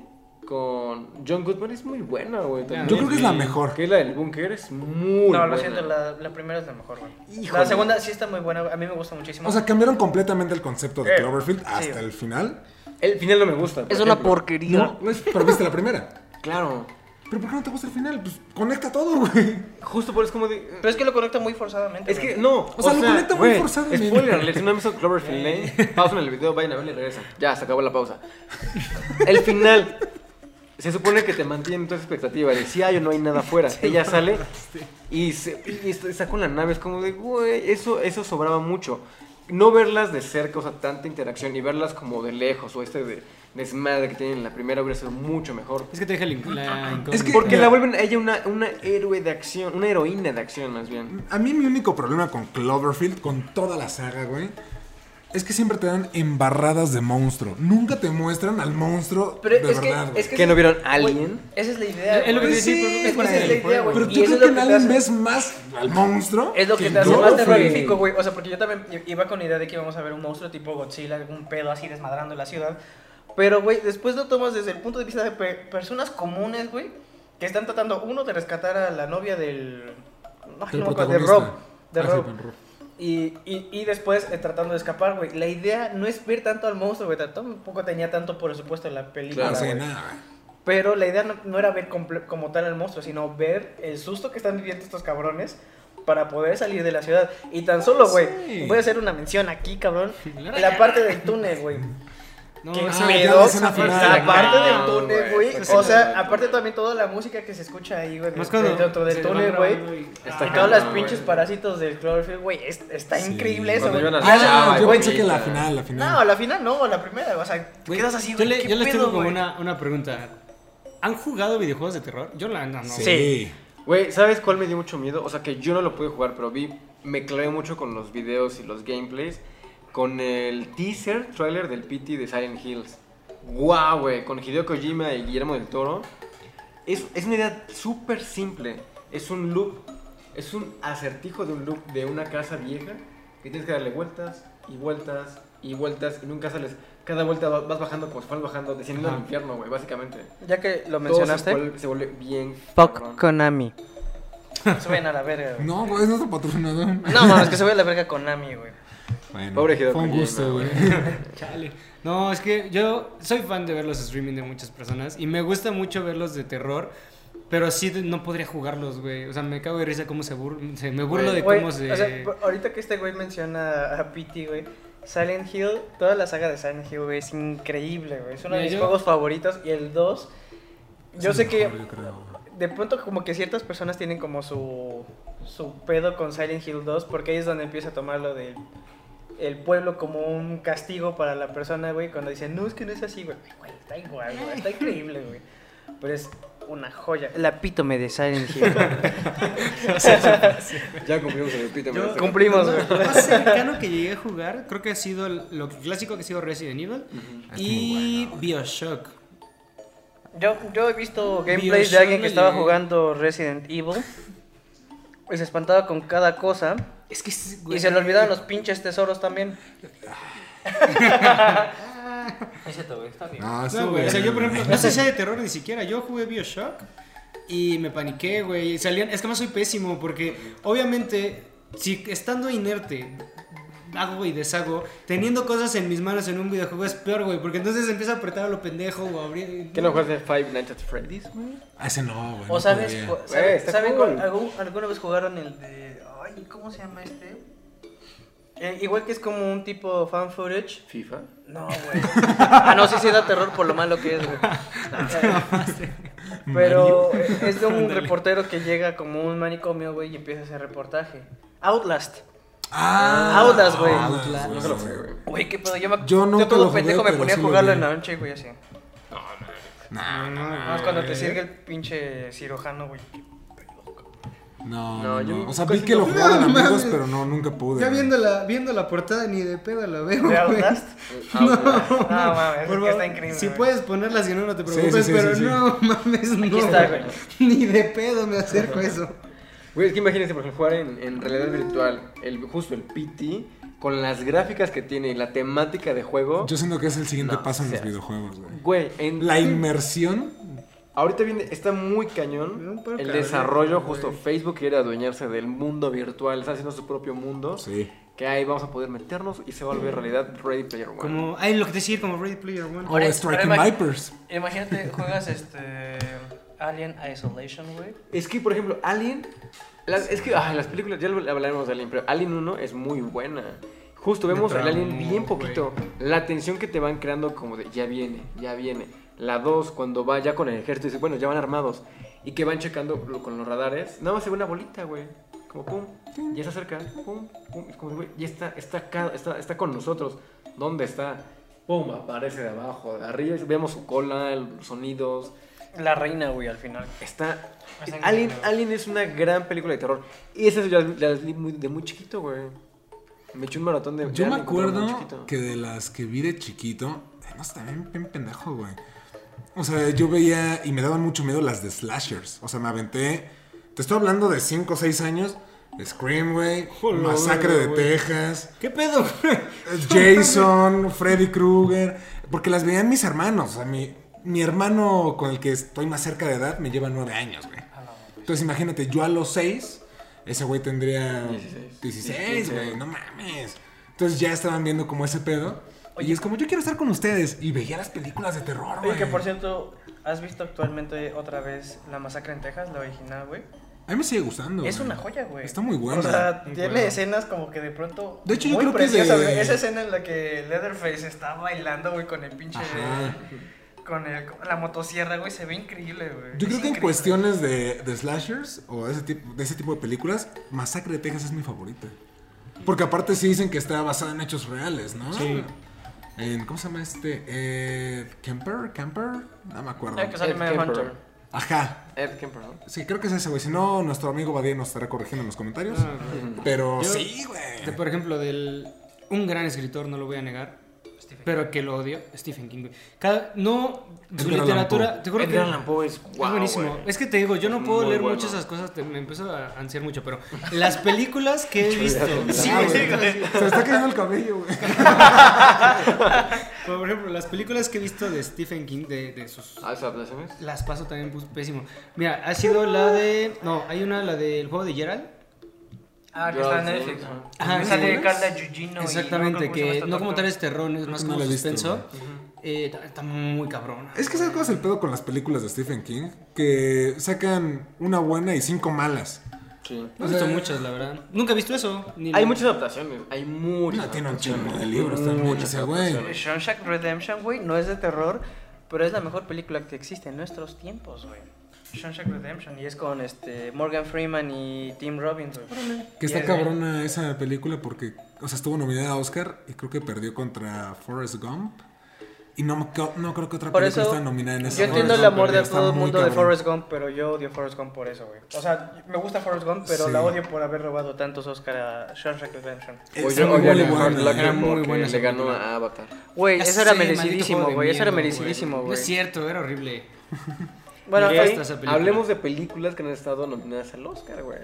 con John Goodman es muy buena, güey. también.
Yo creo que es la
Sí.
mejor.
Que es la del búnker, es muy
No,
buena.
lo siento, la, la primera es la mejor, güey.
Híjole.
La segunda sí está muy buena, güey. a mí me gusta muchísimo.
O sea, cambiaron completamente el concepto de
Eh,
Cloverfield
sí.
hasta el final.
El final no me gusta. por ejemplo.
porquería.
No, pues, pero viste la primera.
Claro.
¿Pero por qué no te gusta el final? Pues conecta todo, güey.
Justo por eso es como de.
Pero es que lo conecta muy forzadamente.
Es
güey.
que no.
O sea, lo conecta muy
güey,
forzadamente.
Spoiler alert, si no han visto Cloverfield Lane, pausen el video, vayan a verlo y regresan. Ya, se acabó la pausa. El final. Se supone que te mantienen toda esa expectativa de si hay o no hay nada afuera. Ella sale y, se, y está está con la nave. Es como de, güey, eso, eso sobraba mucho. No verlas de cerca, o sea, tanta interacción y verlas como de lejos o este de desmadre que tienen en la primera hubiera sido mucho mejor.
Es que te deja la inc- la incógnita.
Es que-
Porque
mira.
la vuelven a ella una, una héroe de acción, una heroína de acción más bien.
A mí mi único problema con Cloverfield, con toda la saga, güey, es que siempre te dan embarradas de monstruo. Nunca te muestran al monstruo
Pero
de
es que-
verdad, güey.
es que-
¿Que no vieron
Güey,
Alien?
Esa es la idea.
Es lo que
güey.
te decía,
Sí,
pero es
Pues es que
por
esa es la
ahí, por ahí.
idea, güey.
Pero
Y
tú
eso
creo que
es lo
en
te
Alien
hace-
ves más al monstruo.
Es lo que
en
te hace más
Cloverfield.
terrorífico, güey. O sea, porque yo también iba con la idea de que íbamos a ver un monstruo tipo Godzilla, algún pedo así desmadrando la ciudad. Pero, güey, después lo tomas desde el punto de vista de pe- personas comunes, güey, que están tratando, uno, de rescatar a la novia del. No,
Del
no me acuerdo, de
protagonista.
Rob. De
Ah, sí,
Rob.
con Rob.
Y, y, y después eh, tratando de escapar, güey. La idea no es ver tanto al monstruo, güey. Tampoco tenía tanto, por supuesto, la película.
Claro, sí,
güey.
nada, güey.
Pero la idea no, no era ver comple- como tal al monstruo, sino ver el susto que están viviendo estos cabrones para poder salir de la ciudad. Y tan solo, güey,
Sí.
voy a hacer una mención aquí, cabrón.
Claro.
La parte del túnel, güey.
No, ah,
¿Qué
esa-
ya
pedo?
la escena
Aparte-
final.
Aparte
No,
Ah,
del túnel,
güey,
güey.
esa
O
escena
sea,
final.
aparte también toda la música que se escucha ahí, güey.
Más
de-
cuando
Dentro del
se van
túnel, güey.
grabando y-
Está
Y
Ah,
todos
cabrón,
los
güey.
pinches parásitos del Cloverfield, güey. es- Está
Sí.
increíble eso,
Cuando
güey.
llevan a la
Ah,
Ah,
chava,
yo
güey,
pensé que la
ya.
final, la final.
No, la final no, la primera. O sea, te
Güey,
quedas así,
yo
güey.
le-
¿qué
Yo les
pedo,
tengo como
güey?
una, una pregunta. ¿Han jugado videojuegos de terror? Yo la no, no.
Sí.
Sí.
Güey, ¿sabes cuál me dio mucho miedo? O sea, que yo no lo pude jugar, pero vi, me clavé mucho con los videos y los gameplays, con el teaser trailer del PT de Silent Hills. ¡Guau, güey! Con Hideo Kojima y Guillermo del Toro. Es, es una idea súper simple. Es un loop, es un acertijo de un loop de una casa vieja que tienes que darle vueltas y vueltas y vueltas y nunca sales. Cada vuelta va- vas bajando como si fueras bajando, descendiendo al
Ajá.
infierno, güey, básicamente.
Ya que lo
Todo se
mencionaste.
vuelve- Se vuelve bien. cabrón.
Fuck Konami.
Suben a la verga, güey.
No, güey, es nuestro patrocinador.
No, mames, que se ve la verga Konami, güey.
Bueno,
Pobre Hideo
Fue un
Kojima,
gusto, güey.
Chale. No, es que yo soy fan de ver los streaming de muchas personas y me gusta mucho verlos de terror, pero sí de- no podría jugarlos, güey. O sea, me cago de risa cómo se, bur se me burlo de
Güey,
cómo se
o sea, por- ahorita que este güey menciona a Pity, güey. Silent Hill, toda la saga de Silent Hill, güey, es increíble, güey. Es uno de mis
Mira, yo-
juegos favoritos. Y el 2, yo
Es
sé
el
que
mejor, yo creo, güey.
de pronto como que ciertas personas tienen como su, su pedo con Silent Hill 2 porque ahí es donde empieza a tomar lo del el pueblo como un castigo para la persona, güey, cuando dicen, no, es que no es así, güey, Ay, güey, está igual, güey, está increíble, güey, pero es una joya.
La epítome de Silent Hill.
Ya cumplimos el epítome.
Yo-
Este-
Cumplimos,
Lo
güey.
más- lo más cercano que llegué a jugar, creo que ha sido el- lo clásico que ha sido Resident Evil
Es muy
y
bueno.
Bioshock.
Yo, yo he visto
Bioshock
gameplays de alguien
lo
que estaba
llegué.
jugando Resident Evil y se espantaba con cada cosa
Es que es-
y
güey.
se le olvidaban los pinches tesoros también.
está bien.
No, eso,
No, güey, o sea, yo por ejemplo, no sé si de terror ni siquiera. Yo jugué Bioshock y me paniqué, güey. y Salían, es que más soy pésimo porque obviamente, si estando inerte, hago y deshago, teniendo cosas en mis manos en un videojuego es peor, güey, porque entonces empieza a apretar a lo pendejo o a abrir.
¿Qué no juegas de Five Nights at Freddy's, güey?
Ah, ese no, güey.
¿O
no
sabes,
podría.
cu-
Güey,
sabe-
está
saben
cool.
cuál- algún- alguna vez jugaron el de, ay, ¿cómo se llama este? Eh, igual que es como un tipo fan footage.
FIFA.
No, güey. Ah, no, sí, sí da terror por lo malo que es, güey. Pero eh, es de un reportero que llega como un manicomio, güey, y empieza a hacer reportaje. Outlast.
Ah,
Outlast, güey.
Outlast,
Nunca lo jugué, güey.
Güey, qué pedo. Yo, me,
Yo nunca
todo
lo jugué,
pendejo me
pero
ponía
sí
a
lo
jugarlo
vi.
en la noche, güey, así.
No, no,
Nada más cuando te sirve el pinche cirujano, güey.
no,
No, yo-
O sea, vi
casi
que
no-
lo jugaban
No,
amigos,
mames.
pero no, nunca pude.
Ya
güey.
viendo la, viendo la portada ni de pedo la veo.
¿De
güey.
Outlast?
Outlast.
Ah, mames, es
Por
que está
favor,
increíble.
Si
güey.
puedes ponerla, si no, no te
Sí, sí,
preocupes,
sí,
pero
sí, sí.
no mames, no.
está,
güey.
güey.
Ni de pedo me acerco a eso.
Güey, es que imagínense, por ejemplo, jugar en, en realidad virtual, el, justo el PT, con las gráficas que tiene y la temática de juego.
Yo siento que es el siguiente
No,
paso en los
seas-
videojuegos, güey.
Güey, en-
La inmersión.
ahorita viene, está muy cañón
No, pero
el
cabrón,
desarrollo,
güey.
justo Facebook quiere adueñarse del mundo virtual, está haciendo su propio mundo,
Sí.
que ahí vamos a poder meternos y se va a volver realidad Ready Player One.
Como, ay, lo que decir, como Ready Player One.
O Striking
ahora-
Vipers.
Imagínate, juegas este. Alien Isolation, güey.
Es que, por ejemplo, Alien. las- es que ay, las películas, ya lo- hablaremos de Alien, pero Alien 1 es muy buena. Justo vemos
Me
el Alien
traumó,
bien poquito. La tensión que te van creando, como de ya viene, ya viene. La 2, cuando va ya con el ejército, dice, bueno, ya van armados. Y que van checando lo- con los radares. Nada más se ve una bolita, güey. Como pum, ya se acerca, pum, pum. Es como, de, güey, ya está, está acá, está, está con nosotros. ¿Dónde está? Pum, aparece de abajo, de arriba. y Vemos su cola, el- los sonidos.
La reina, güey, al final.
Está.
Está
Alien,
increíble.
Alien es una gran película de terror. Y esa yo la, la vi muy- de muy chiquito, güey. Me eché un maratón de. de
Yo me
Alien cuando era muy
acuerdo
chiquito.
que de las que vi de chiquito, eh, no sé, también bien pendejo, güey. O sea, yo veía y me daban mucho miedo las de slashers. O sea, me aventé. Te estoy hablando de 5 o 6 años. Scream, güey.
Hola,
Masacre de
güey.
Texas.
¿Qué pedo, güey?
Jason, Freddy Krueger, porque las veían mis hermanos. O sea, mi, mi hermano con el que estoy más cerca de edad me lleva nueve años, güey.
Ah,
Entonces imagínate, yo a los seis, ese güey tendría
16.
16, güey, no mames. Entonces ya estaban viendo como ese pedo. y es como, yo quiero estar con ustedes. Y veía las películas de terror,
Oye,
güey.
que por cierto, ¿has visto actualmente otra vez La Masacre en Texas, la original, güey?
A mí me sigue gustando.
Es
güey.
una joya, güey.
Está muy buena.
O sea, tiene
Bueno.
escenas como que de pronto.
De hecho, yo
muy
creo que es de-
preciosas, güey. Esa escena en la que Leatherface está bailando, güey, con el pinche.
Ajá.
Con, el, con la motosierra, güey, se ve increíble, güey.
Yo
Es
creo que en
increíble.
cuestiones de, de slashers o de ese, tipo, de ese tipo de películas, Masacre de Texas es mi favorita. Porque aparte sí dicen que está basada en hechos reales, ¿no?
Sí.
En, ¿Cómo se llama este? Ed Kemper, Kemper, no me acuerdo.
Ah, que sale
Ed
Mad
Kemper.
Hunter.
Ajá.
Ed Kemper, ¿no?
Sí, creo que es ese, güey. Si no, nuestro amigo Badía nos estará corrigiendo en los comentarios. Pero
Ah, Yo-
sí, güey.
De, por ejemplo, del un gran escritor, no lo voy a negar, pero que lo odio, Stephen King. güey. Cada, no, su
Edgar Allan
literatura,
Poe.
te juro que
Edgar Allan Poe es guau,
es buenísimo.
güey.
Es que te digo, yo no puedo
Muy
leer
bueno.
muchas esas cosas, te- me empiezo a ansiar mucho, pero las películas que he visto, sí,
Ah,
güey.
güey. Se me está cayendo el cabello, güey.
por ejemplo, las películas que he visto de Stephen King, de, de sus...
Ah, esa blasfemia.
Las paso también pus- pésimo. Mira, ha sido la de... No, hay una, la del juego de Gerald.
Ah, que
Yo
está en
sí.
Netflix.
Ajá,
Que
¿sí
sale
ves?
Carla Gugino. y
Exactamente,
no me acuerdo cómo se llama
que
este
no como
otro.
tal es terror, es más
No
como
la he visto,
suspenso. Eh, ta- está muy cabrón.
Es que sabes cuál es el pedo con las películas de Stephen King, que sacan una buena y cinco malas.
Sí.
No he visto muchas, la verdad. Nunca he visto eso. ni
Hay
la-
muchas adaptaciones, hay muchas.
No, tiene un
adaptaciones.
chingo de libros también
Muchas
ese güey.
adaptaciones.
Shawshank Redemption, güey, no es de terror, pero es la mejor película que existe en nuestros tiempos, güey. Shawshank Redemption y es con este Morgan Freeman y Tim Robbins, güey.
Que
Y
está
es-
cabrona esa película porque, o sea, estuvo nominada a Oscar y creo que perdió contra Forrest Gump. Y no, me co- no creo que otra
Por
película
eso,
está nominada en esa.
yo entiendo
Forrest
el
Gump
amor de
perdió, está
todo el
muy
mundo de
cabrón.
Forrest Gump, pero yo odio Forrest Gump por eso, güey. O sea, me gusta Forrest Gump, pero
Sí.
la odio por haber robado tantos Oscar a Shawshank Redemption.
Eh,
O
está
Pues yo
muy
odiaría a
buena.
Hurt Locker
Era muy
porque
buena esa
Le ganó
película.
a Avatar.
Güey,
Ya
eso era
sé, maldito juego
merecidísimo,
de
güey. Eso era
mierda,
merecidísimo,
No
güey.
es cierto, era horrible.
Bueno,
Miré
ahí-
hasta esa película.
Hablemos de películas que han estado nominadas al Oscar, güey.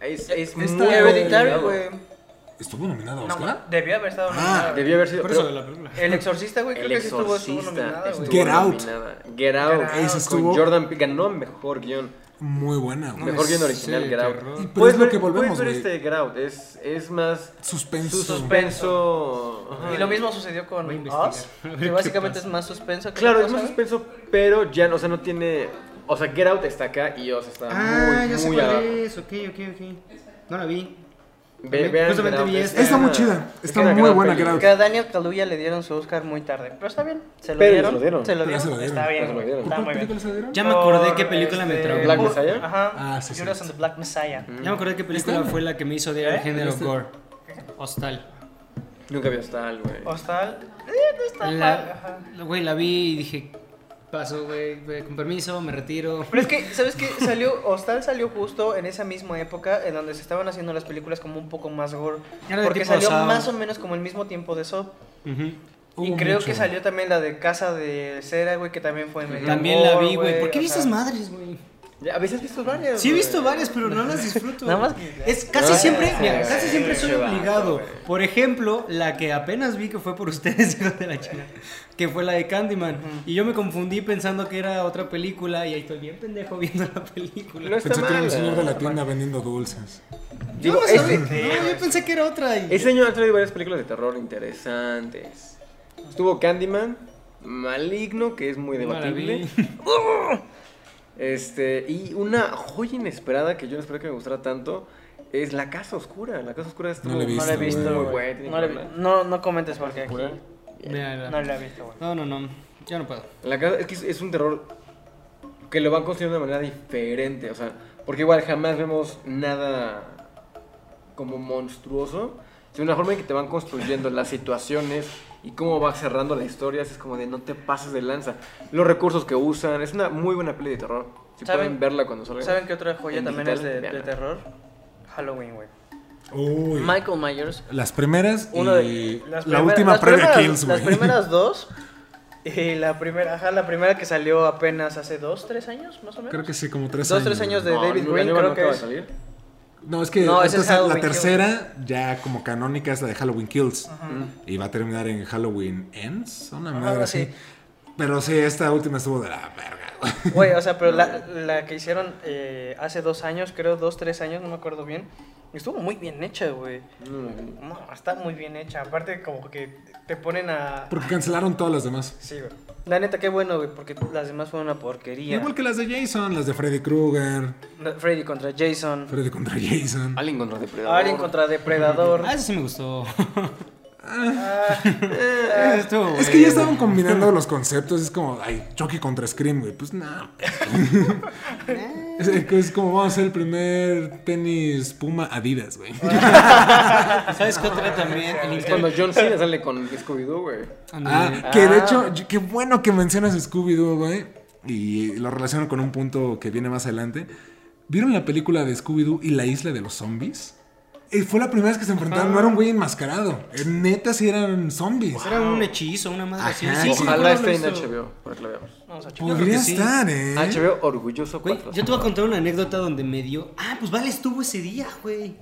Es, es muy
Esta-
Hereditary, güey.
¿Estuvo nominada a
No,
Oscar?
debió haber estado
Ah,
nominada, güey.
Debió haber sido.
Por eso
pero-
de la película.
El exorcista, güey, creo
El
que sí estuvo, estuvo
exorcista
nominada, güey.
estuvo
Get Out.
nominada. Get Out.
Get Out.
Esa
con
estuvo-
Jordan Peele ganó mejor guión.
Muy buena, güey.
Mejor guión original,
sí,
Get Out.
terror.
Y pero
Puedes
es lo
ver-
que volvemos,
puedes ver
güey.
este Get Out. Es, es más
Suspenso.
suspenso. Ajá.
Y lo mismo sucedió con
Voy a investigar.
Us,
A ver
que
qué
básicamente es
pasa.
más suspenso. que
Claro,
otra
es más
cosa.
suspenso, pero ya, no- o sea, no tiene. O sea, Get Out está acá y Oz está
Ah,
Ah,
muy, muy abajo.
es. Ok, ok, ok. No la vi.
Ve,
También,
vean
justamente
Get Out,
vi
es-
esta.
es
Está muy
una-
chida,
es
está
una
muy
gran
buena
película.
Get
Que a Daniel Kaluuya le dieron su Oscar muy tarde, pero está bien. Se lo,
Pero
dieron,
se lo dieron.
Se lo
Pero
dieron.
se lo dieron,
Está
pero
bien.
se lo dieron.
¿Por
Está muy
cuál película
bien.
se la dieron?
Ya me acordé qué película me traumó.
Black
Pur-
Messiah?
Ajá.
Ah, sí, sí.
Judas and the Black Messiah.
Ya me acordé qué película fue la que me hizo odiar el género gore. Hostal.
Nunca vi Hostal, güey.
Hostal. Eh, no está mal.
La,
Ajá.
la- güey, la vi y dije, paso, güey, güey, con permiso, me retiro.
Pero es que, ¿sabes qué? Salió, Hostal salió justo en esa misma época en donde se estaban haciendo las películas como un poco más gore.
Era de
Porque
tipo
salió
Saw.
más o menos como el mismo tiempo de eso.
Ujú.
Y
Hubo
creo
mucho.
que salió también la de Casa de Cera, güey, que también fue medio
También la
gore,
vi, güey. ¿Por qué
o
vi esas
sea,
madres, güey?
Ya, A veces has visto varias.
Sí he
güey.
visto varias, pero no las disfruto.
Nada más que-
es casi
Ah,
siempre,
sí,
mira,
sí,
casi
sí,
siempre
sí,
soy
sí, va,
obligado.
güey.
Por ejemplo, la que apenas vi que fue por ustedes, hijos de la chingada, que fue la de Candyman. Y yo me confundí pensando que era otra película y ahí estoy bien pendejo viendo la
No
película.
está
Pensé que era
mal.
el señor de la tienda vendiendo dulces.
Digo, este,
yo no
ese-
sabía, no, yo pensé que era otra. y-
Ese año han traído varias películas de terror interesantes. Estuvo Candyman, Maligno, que es muy debatible.
Maravilla.
Este, y una joya inesperada que yo no esperé que me gustara tanto es La Casa Oscura. La Casa Oscura estuvo
No la he
No la he
visto,
visto, güey.
güey. Tiene
No,
que
la vi-
verla.
no, no comentes porque aquí no
Mira, la-
la he visto, güey.
No, no, no, yo no puedo.
La casa es que es, es un terror que lo van construyendo de manera diferente, o sea, porque igual jamás vemos nada como monstruoso, sino una forma en que te van construyendo las situaciones y cómo va cerrando la historia, es como de no te pases de lanza. Los recursos que usan, es una muy buena peli de terror. Si
¿Saben-
pueden verla cuando salga.
¿Saben qué otra joya
En
también
digital,
es de, de
veanla.
terror? Halloween, güey.
Uy.
Michael Myers.
Las primeras y
Uno de,
la
las primeras-
última
las
previa
primeras-
Kills, güey.
Las primeras dos. Y la primera, ajá, la primera que salió apenas hace dos, tres años, más o menos.
Creo que sí, como tres
Dos,
años.
tres años de
No,
David
no,
Green,
no, no
creo
acaba
que
de
es.
salir.
No, es que
No, esa
esta
es
es la
Halloween
tercera, ya como canónica, es la de Halloween Kills. Y va a terminar en Halloween Ends, una
Ajá,
madre
algo
así.
así.
Pero sí, esta última estuvo de la verga.
Güey, o sea, pero la, la que hicieron eh, hace dos años, creo, dos, tres años, no me acuerdo bien. Estuvo muy bien hecha, güey.
Mm.
No, está muy bien hecha. Aparte, como que te ponen a.
Porque cancelaron todas las demás.
Sí, güey. La neta, qué bueno, güey, porque las demás fueron una porquería.
Igual que las de Jason, las de Freddy Krueger,
No, Freddy contra Jason.
Freddy contra Jason.
Alien contra Depredador.
Alien contra Depredador.
Ah, eso sí me gustó.
Ah,
Estuvo
Es que ya
bueno.
estaban combinando los conceptos, es como, ay, Chucky contra Scream, güey, pues nada. es, es como vamos a hacer el primer tenis Puma Adidas, güey.
¿Sabes qué otra también? El
Ah, Es
inter-
cuando John Cena sale con Scooby-Doo, güey.
Ah, que de hecho, yo- qué bueno que mencionas Scooby-Doo, güey. Y lo relaciono con un punto que viene más adelante. ¿Vieron la película de Scooby-Doo y la isla de los zombies? Eh, fue la primera vez que se enfrentaron, no era un güey enmascarado. Eh, Neta, sí eran zombies.
Pues Era un hechizo, una madre así.
Ajá.
Sí, sí,
Ojalá
sí,
esté en
lo hizo.
HBO, para que la veamos.
vamos a checar.
Podría
que sí. Ah,
estar, ¿eh?
HBO orgulloso
Güey, yo te voy a
patrocinador.
contar una anécdota donde me dio. Ah, pues Vale estuvo ese día, güey.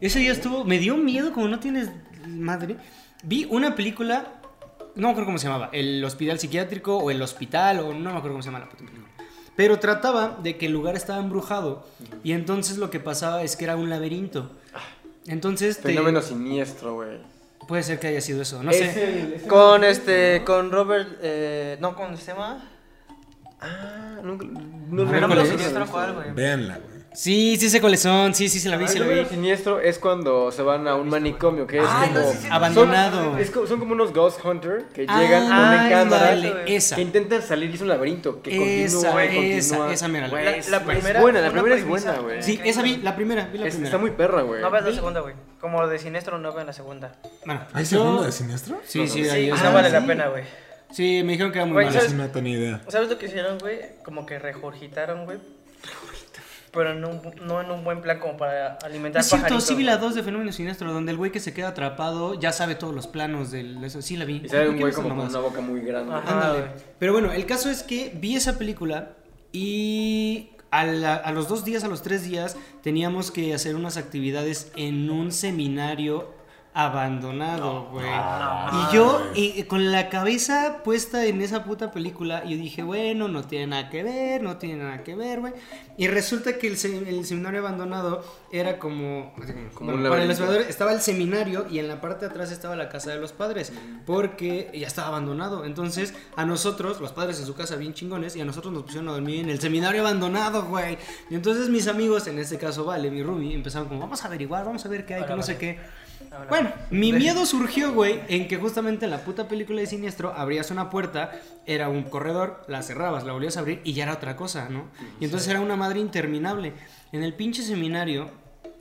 Ese día estuvo. Me dio miedo, como no tienes madre. Vi una película. No me acuerdo cómo se llamaba. El hospital psiquiátrico o el hospital o no me acuerdo cómo se llamaba la puta película. Pero trataba de que el lugar estaba embrujado. Y entonces lo que pasaba es que era un laberinto. Entonces. te-
Fenómeno siniestro, güey.
Puede ser que haya sido eso, no
Es
sé.
el- es el- con este, con Robert, eh, no, con este tema.
Ah, nunca.
No,
No
Fenómeno
recuerdo.
siniestro, ¿cuál, güey?
Véanla, güey.
Sí, sí sé cuáles son. Sí, sí se la vi,
El
se la vi.
fenómeno siniestro es cuando se van a un manicomio, que es
Ah,
Ay,
como.
no, sí, sí,
son-
Abandonado.
es como- son como unos Ghost Hunter que
Ah,
llegan, ponen
ay,
cámaras,
dale,
esa.
que intentan salir y es un laberinto, que
Esa,
continúa y
esa,
continúa.
esa, mira, la-
Güey,
La,
es-
la
es
primera.
buena, la
una
primera es
premisa
buena, güey.
muy
Sí,
increíble.
esa vi, la primera, vi la
Es-
primera.
Está muy perra, güey.
No veas la segunda, güey. Como de siniestro, no vean la segunda.
Bueno,
¿Hay
yo-
segunda de siniestro?
Sí,
No, no,
sí,
no.
ahí
Sí,
es-
no vale la
sí.
pena, güey.
Sí, me dijeron que era muy
Güey,
mala.
Vale,
¿sabes?
sí, no tengo ni idea.
¿Sabes lo que hicieron, güey? Como que rejorgitaron, güey. Pero en un- no en un buen plan como para alimentar
Es cierto,
pajaritos,
sí vi
güey.
la 2 de Fenómeno Siniestro, donde el güey que se queda atrapado ya sabe todos los planos del... Eso, sí la vi.
Y sale
¿Por
un
qué
güey
no son
como con
mamadas?
una boca muy grande.
Ajá.
Ándale.
güey.
Pero bueno, el caso es que vi esa película y a, la- a los dos días, a los tres días, teníamos que hacer unas actividades en un seminario abandonado, güey. y yo eh, con la cabeza puesta en esa puta película, yo dije, bueno, no tiene nada que ver, no tiene nada que ver, güey. Y resulta que el, se- el seminario abandonado era como...
Como un
bueno, para el
laberinto.
espectador estaba el seminario y en la parte de atrás estaba la casa de los padres, porque ya estaba abandonado. Entonces, a nosotros, los padres en su casa bien chingones, y a nosotros nos pusieron a dormir en el seminario abandonado, güey. Y entonces mis amigos, en este caso Vale, mi Rumi, empezaron como, vamos a averiguar, vamos a ver qué hay, que no sé qué. Bueno, mi miedo surgió, güey, en que justamente en la puta película de Siniestro abrías una puerta, era un corredor, la cerrabas, la volvías a abrir y ya era otra cosa, ¿no? Y entonces era una madre interminable. En el pinche seminario,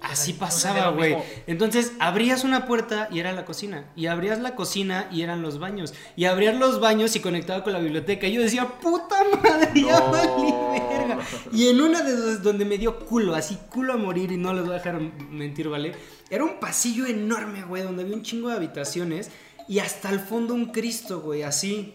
así pasaba,
era lo
güey.
mismo.
Entonces abrías una puerta y era la cocina. Y abrías la cocina y eran los baños. Y abrías los baños y conectaba con la biblioteca. Y yo decía, puta madre, ya
No.
valí verga. Y en una de esas donde me dio culo, así culo a morir, y no les voy a dejar mentir, ¿vale? Era un pasillo enorme, güey, donde había un chingo de habitaciones. Y hasta el fondo un Cristo, güey, así.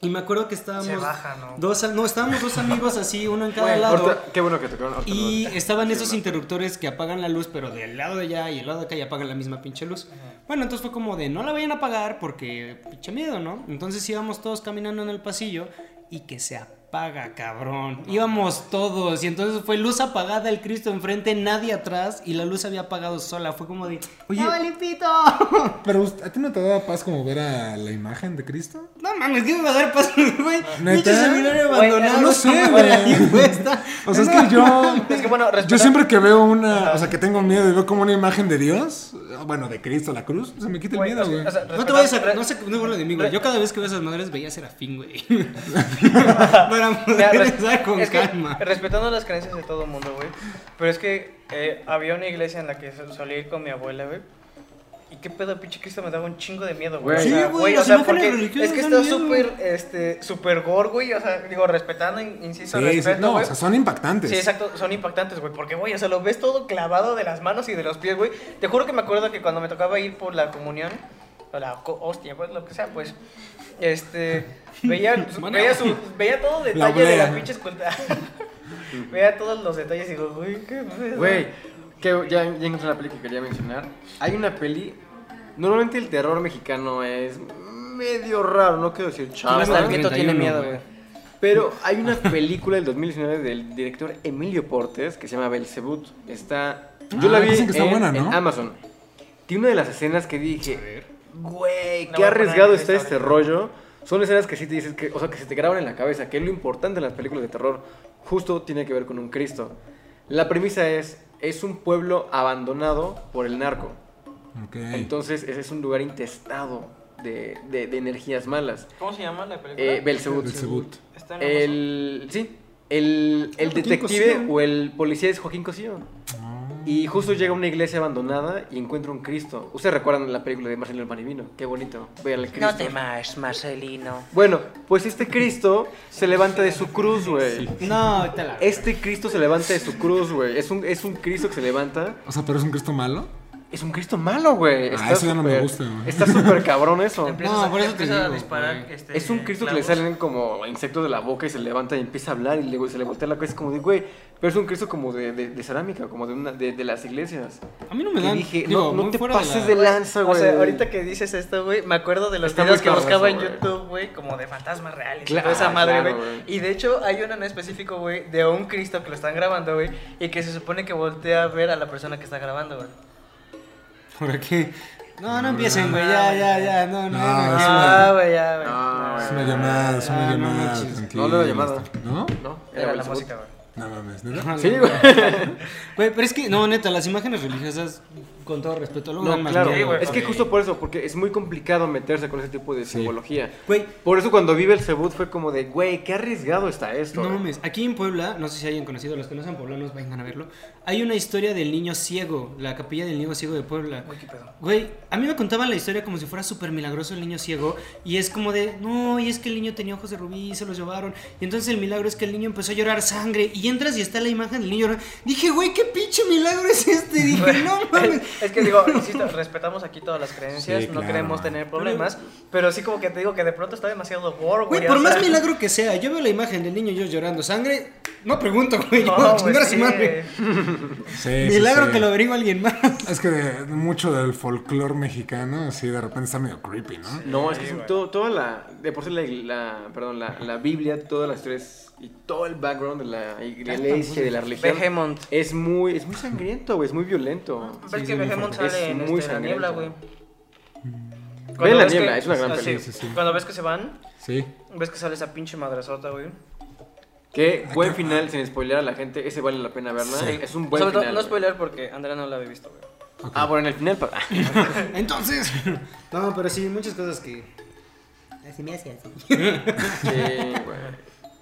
Y me acuerdo que estábamos.
Se baja, ¿no?
Dos, no, estábamos dos amigos así, uno en cada
Güey,
lado.
ahorita- qué bueno que tocaron. ahorita
Y
no.
estaban
Sí,
esos
no.
interruptores que apagan la luz, pero del lado de allá y el lado de acá y apagan la misma pinche luz. Bueno, entonces fue como de no la vayan a apagar porque pinche miedo, ¿no? Entonces íbamos todos caminando en el pasillo y que se apaga, cabrón. Íbamos todos y entonces fue luz apagada, el Cristo enfrente, nadie atrás y la luz había apagado sola. Fue como de,
Oye.
¡Oye, limpito!
Pero ¿usted- a ti no te daba paz como ver a la imagen de Cristo?
No mames, ¿qué me va a dar paso, güey?
¿Neta?
Pinche seminario
Güey,
abandonado.
no sé,
para
güey.
la encuesta.
O sea, es que yo.
Es que, bueno,
Yo
respetando-
siempre que veo una. O sea, que tengo miedo y veo como una imagen de Dios. Bueno, de Cristo, la cruz. Se me quita el
Güey,
miedo,
o sea,
güey.
o sea,
No te
respetando-
vayas a.
re-
No sé, no burles de mí, güey. Yo cada vez que veo esas madres veía a Serafín, güey. Para
Mira,
poder
res-
rezar con
es que,
calma.
respetando las creencias de todo el mundo, güey. Pero es que eh, había una iglesia en la que sol- solía ir con mi abuela, güey. Y qué pedo, pinche Cristo me daba un chingo de miedo, güey.
Güey.
o sea,
Sí, güey, las imágenes
porque
religiosas
es que
dan
está
miedo.
súper, este, súper gore, güey. O sea, digo, respetando, in- insisto,
Sí, sí,
respeto,
no,
güey.
o sea, son impactantes.
Sí, exacto, son impactantes, güey, porque, güey, o sea, lo ves todo clavado de las manos y de los pies, güey. Te juro que me acuerdo que cuando me tocaba ir por la comunión, o la co- hostia, pues, lo que sea, pues, este, veía, su-
Bueno.
veía, su, veía todo
La
detalle
oblea.
de las pinches cuentas. veía todos los detalles y digo, güey, qué pedo.
Güey, que ya, ya encontré la peli que quería mencionar. Hay una peli. Normalmente el terror mexicano es medio raro, no quiero decir
Tú
chavo.
vas a estar
Hasta el
bien.
gueto tiene
31,
miedo,
güey.
güey.
Pero hay una película del 2019 del director Emilio Portes que se llama Belzebut. Está. Yo
Ah,
la vi
dicen que está
en,
buena,
en
¿no?
Amazon. Tiene una de las escenas que dije. Güey,
La voy
qué
a
arriesgado
poner en
está este
lista ahorita.
rollo. Son escenas que sí te dices que, o sea, que se te graban en la cabeza, que es lo importante en las películas de terror. Justo tiene que ver con un Cristo. La premisa es, es un pueblo abandonado por el narco.
Ok.
Entonces, ese es un lugar intestado de, de- de energías malas.
¿Cómo se llama la película?
Eh, Belzebut.
Belzebut.
Está en Amazon.
El, sí, el, el
Joaquín
detective
Cosío.
o el policía es Joaquín Cosío. Y justo llega a una iglesia abandonada y encuentra un Cristo. Ustedes recuerdan la película de Marcelino el Marivino. Qué bonito. Vean al Cristo.
No temas, Marcelino.
Bueno, pues este Cristo se levanta de su cruz, güey.
No, te la.
Este Cristo se levanta de su cruz, güey. Es un, es un Cristo que se levanta.
O sea, pero es un Cristo malo.
Es un Cristo malo, güey.
Ah,
Está
eso ya no me
súper-
gusta, güey.
Está súper cabrón eso.
Empiezas
No,
a-
por eso te
empiezas a
digo,
disparar,
güey.
este,
Es un Cristo que le
clavos.
salen como insectos de la boca y se levanta y empieza a hablar y luego se le voltea la cabeza como de, güey, pero es un Cristo como de, de- de cerámica, como de, una, de, de las iglesias.
A mí no me
Que
dan.
dije,
digo,
no, no
muy
te
fuera
pases
de
de,
la-
lanza,
O
güey.
sea, ahorita que dices esto, güey, me acuerdo de los
Está
videos
muy
que
cabrón
buscaba
eso,
en
güey.
YouTube, güey, como de fantasmas reales. y
Claro,
toda esa madre,
claro,
güey.
güey.
y de hecho, hay uno en específico, güey, de un Cristo que lo están grabando, güey, y que se supone que voltea a ver a la persona que está grabando, güey.
¿Por qué?
No, no empiecen, güey. Ya, ya, ya. No,
No,
no. ya
es
no quiero.
una-
Ah, güey, ya, güey.
No,
Es una llamada, es una
Ah, no
llamada.
manches.
tranquilo.
No, no era llamada.
¿No?
No,
Era, la
Belzebú.
música, güey.
No mames, ¿no?
Ajá,
Sí,
la-
güey.
Güey, pero es que, no, neta, las imágenes religiosas, con todo respeto, luego dan
No,
más
claro.
miedo.
es que justo por eso, porque es muy complicado meterse con ese tipo de
Sí.
simbología.
Güey,
Por eso cuando vi el Cebut fue como de, güey, qué arriesgado está esto. eh".
no mames, aquí en Puebla, no sé si hayan conocido, los que no sean poblanos vengan a verlo, hay una historia del niño ciego, la capilla del niño ciego de Puebla.
Güey, qué pedo.
Güey, a mí me contaban la historia como si fuera súper milagroso el niño ciego y es como de, no, y es que el niño tenía ojos de rubí y se los llevaron y entonces el milagro es que el niño empezó a llorar sangre y entras y está la imagen del niño llorando. Dije, güey, ¿qué pinche milagro es este? Dije, no mames.
Es que digo, insisto, respetamos aquí todas las creencias,
Sí,
no
claro,
queremos
man.
tener problemas, pero sí como que te digo que de pronto está demasiado gore, güey.
Güey, por
o
más
sea,
milagro que sea, yo veo la imagen del niño yo llorando sangre, no pregunto, güey, yo
no,
chingar
güey,
a su
sí.
madre.
Sí,
Milagro
sí, sí.
que lo averigua alguien más.
Es que de- mucho del folclore mexicano, así de repente está medio creepy, ¿no?
No, es que son todo- toda la. De por sí, la, la- perdón, la, la Biblia, todas las historias y todo el background de la iglesia, de la religión.
Behemoth.
Es muy, es muy sangriento, güey, es muy violento.
Ves que Behemoth
fuerte.
sale
Es
en
muy
este, la niebla,
sangriento.
güey.
Ve
Cuando
la
ves
niebla,
que-
es una gran
ah, sí,
película.
Sí, sí, sí.
Cuando ves que se van,
Sí.
ves que sale esa pinche madresota, güey.
Qué buen final, sin spoilear a la gente, ese vale la pena verla. Es un buen
Sobre todo,
final.
no
güey.
spoiler porque Andrea no la había visto, güey.
ok.
Ah, bueno, en el final. pa-
Entonces, no, pero sí, muchas cosas que.
Así me hace así.
Sí, güey.